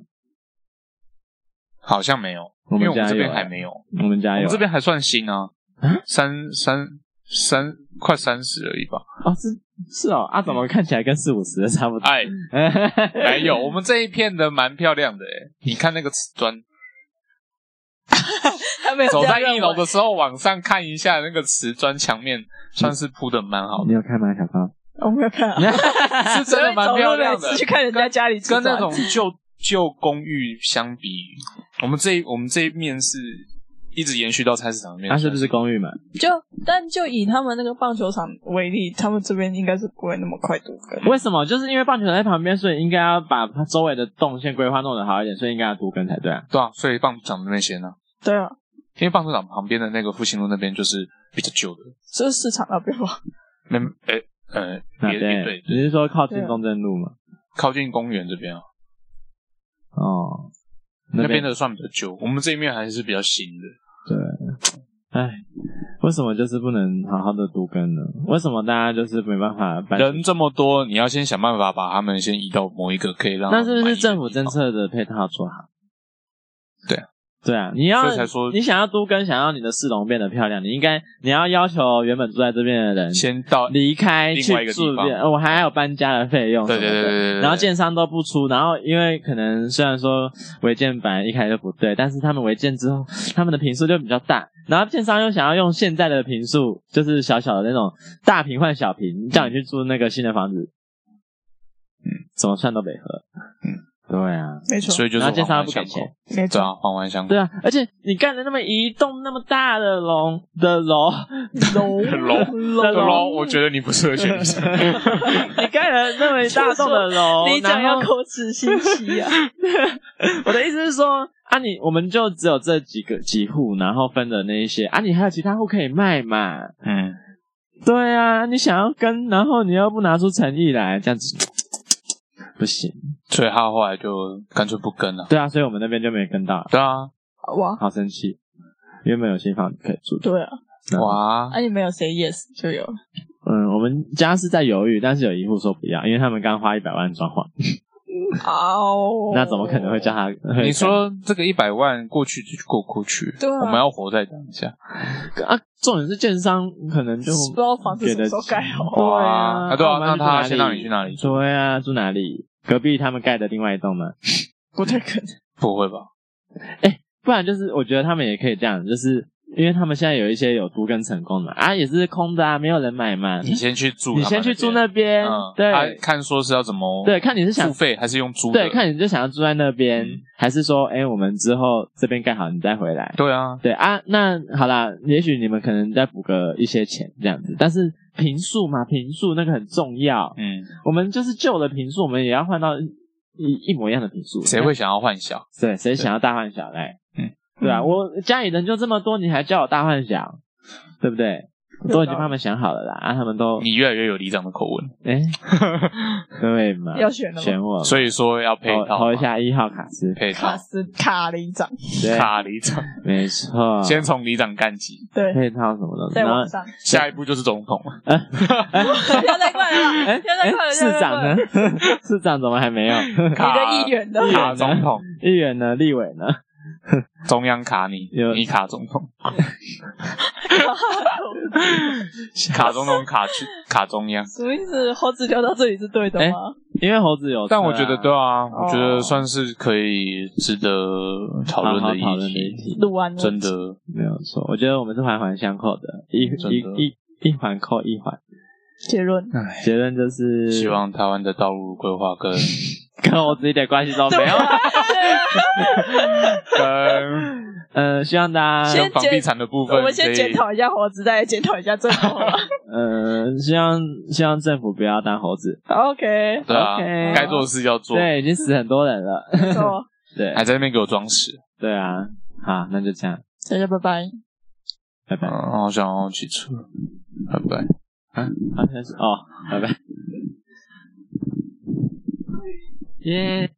S1: 好像没有，
S2: 我
S1: 因为
S2: 们
S1: 我们
S2: 家
S1: 这
S2: 有
S1: 边
S2: 啊
S1: 还没有，我
S2: 我们家有
S1: 们
S2: 啊、
S1: 这边还算新啊
S2: 啊，
S1: 三三三快三十而已吧。
S2: 哦，是是哦，啊，怎么看起来跟四五十的差不多？
S1: 嗯哎，没 有，我们这一片的蛮漂亮的诶，你看那个瓷 砖，
S3: 他们
S1: 走在一楼的时候往上看一下，那个瓷砖墙面算是铺的蛮好的，
S2: 你有看吗，小高？
S3: 我没有看啊，
S1: 是真的蛮漂亮
S3: 所以走路
S1: 的
S3: 每次。去看人家家里吃
S1: 跟
S3: 饭
S1: 那种旧旧公寓相比，我们这一我们这一面是一直延续到菜市场那边，
S2: 那、啊是不是公寓嘛？
S3: 就，但就以他们那个棒球场为例，他们这边应该是不会那么快读根。
S2: 为什么？就是因为棒球场在旁边，所以应该要把周围的动线规划弄得好一点，所以应该要独耕才对啊。
S1: 对啊，所以棒球场那边先呢、
S3: 对啊，
S1: 因为棒球场旁边的那个复兴路那边就是比较旧的，
S3: 这是市场那边吧？
S1: 那呃呃
S2: 哪
S1: 也
S2: 边
S1: 也对，
S2: 你是说靠近
S3: 对啊
S2: 中正路吗？
S1: 靠近公园这边啊，
S2: 哦，
S1: 啊那边的算比较旧，我们这一面还是比较新的。
S2: 唉，为什么就是不能好好的读根呢？为什么大家就是没办法搬？
S1: 人这么多，你要先想办法把他们先移到某一个可以让他
S2: 那
S1: 们
S2: 是不
S1: 满
S2: 是
S1: 意的
S2: 政府
S1: 地
S2: 政
S1: 方？
S2: 策的配套做好？
S1: 对啊，
S2: 对啊，你要
S1: 所以才说
S2: 你想要都跟想要你的市容变得漂亮，你应该你要要求原本住在这边的人
S1: 先到
S2: 离开
S1: 另外一
S2: 去
S1: 个
S2: 住
S1: 地方
S2: 别，呃我还有搬家的费用
S1: 对
S2: 什么的，
S1: 对对对对对
S2: 然后建商都不出，然后因为可能虽然说违建本来一开始就不对，但是他们违建之后，他们的平数就比较大，然后建商又想要用现在的平数，就是小小的那种大平换小平，叫你去住那个新的房子，嗯，怎么算都违和，
S1: 嗯，
S2: 对啊，
S3: 没错，
S1: 所以就是
S2: 然后建商
S1: 环环
S2: 不给
S1: 相扣
S2: 钱，
S3: 没
S1: 对
S3: 错，
S1: 啊，环环相扣
S2: 对。啊，而且你盖了那么一栋那么大的楼的楼，
S3: 楼
S1: 楼
S2: 对
S1: 对
S2: 啊
S1: 咯，我觉得你不适合选 择。
S2: 你盖了那么一大栋的楼，
S3: 你讲
S2: 然后
S3: 要口齿清晰啊！
S2: 我的意思是说，啊你，我们就只有这几个几户，然后分的那一些啊，你还有其他户可以卖嘛？
S1: 嗯，
S2: 对啊，你想要跟，然后你又不拿出诚意来，这样子不行。
S1: 所以他后来就干脆不跟了。
S2: 对啊，所以我们那边就没跟到，
S1: 对啊，
S3: 哇，
S2: 好生气。原本有新房子可以住，
S3: 对啊，
S1: 嗯哇
S2: 哎
S3: 啊，，你没有 say yes 就有了，
S2: 嗯，我们家是在犹豫，但是有一户说不要，因为他们刚花一百万装潢，
S3: 哦，
S2: 那怎么可能会叫他？
S1: 你说这个一百万过去就过过去，
S3: 对啊
S1: 我们要活在当下。
S2: 啊？重点是建商可能就
S3: 不知道房子什么时候盖好？
S2: 对啊
S1: 哦啊对啊，
S2: 那我
S1: 那
S2: 们要
S1: 他
S2: 去
S1: 先
S2: 哪
S1: 让
S2: 里
S1: 你去哪里住？
S2: 对啊，住哪里？隔壁他们盖的另外一栋 吗？
S3: 不太可能。
S1: 不会吧？
S2: 不然就是我觉得他们也可以这样，就是因为他们现在有一些有都跟成功的啊，也是空的啊，没有人买嘛。
S1: 你先去住，
S2: 你先去住那边，
S1: 嗯，他
S2: 对
S1: 看说是要怎么
S2: 对，看你是想
S1: 付费还是用租的？
S2: 对，看你就想要住在那边，
S1: 嗯
S2: 还是说，哎、我们之后这边盖好，你再回来。
S1: 对啊，
S2: 对啊，那好啦，也许你们可能再补个一些钱这样子，但是平数嘛，平数那个很重要。
S1: 嗯，
S2: 我们就是旧的平数，我们也要换到一一模一样的平数。
S1: 谁会想要换小？
S2: 对，谁想要大换小嘞？
S1: 嗯，
S2: 对啊，
S3: 嗯
S2: 我家里人就这么多，你还叫我大换小，对不对？我都已经帮他们想好了啦，啊，他们都
S1: 啊你越来越有里长的口吻，
S2: 哎，对 嘛，
S3: 要选了吗
S2: 选我嘛，
S1: 所以说要配
S2: 投
S1: 套
S2: 嗯投一
S1: 嘛
S2: 下一号卡斯，
S1: 配
S3: 卡
S1: 套
S3: 斯卡里长，
S2: 对，嗯
S1: 卡里长，
S2: 没错，
S1: 先从里长干起，
S3: 对，
S2: 配套什么东西，
S3: 再
S2: 然后
S3: 往上，
S1: 下一步就是总统了。
S3: 不要再快了，
S2: 哎
S3: 不要再快
S2: 哎，
S3: 了，
S2: 市长呢？ 市长怎么还没有？
S3: 不要再快了？你的议员的
S2: 议
S1: 卡
S2: 员
S1: 总统，
S2: 议员呢？立委呢？
S1: 中央卡你
S2: 有，
S1: 你卡总统，卡总统卡去卡中央。
S3: 什么意思？猴子聊到这里是对的吗？
S2: 因为猴子有车啊，
S1: 但我觉得对啊，
S3: 哦
S1: 我觉得算是可以值得讨
S2: 好
S1: 论
S2: 好
S1: 的
S2: 讨论
S1: 议
S2: 的一
S1: 题，
S2: 题，
S3: 录完了
S1: 真的
S2: 没有错。我觉得我们是环环相扣的，一
S1: 真
S2: 一
S1: 的
S2: 一一环扣一环。
S3: 结论，
S2: 结论就是，
S1: 希望台湾的道路规划跟
S2: 跟猴子一点关系都哦没有。
S1: 啊跟
S2: 呃，希望大
S3: 先
S2: 家
S1: 跟房地产的部分，
S3: 我们先
S1: 可以
S3: 检讨一下猴子，再来检讨一下政府 好吗
S2: 呃，希望希望政府不要当猴子。
S3: OK，
S1: 对啊
S2: OK，
S1: 该做的事要做，
S2: 对，已经死很多人了。
S3: 没 错，
S2: 对
S1: 还在那边给我装死。
S2: 对啊，好，那就这样，
S3: 大家拜拜。
S2: 拜拜。
S1: 嗯，好想要骑车，拜拜。
S2: 好，开始哦，拜拜。耶、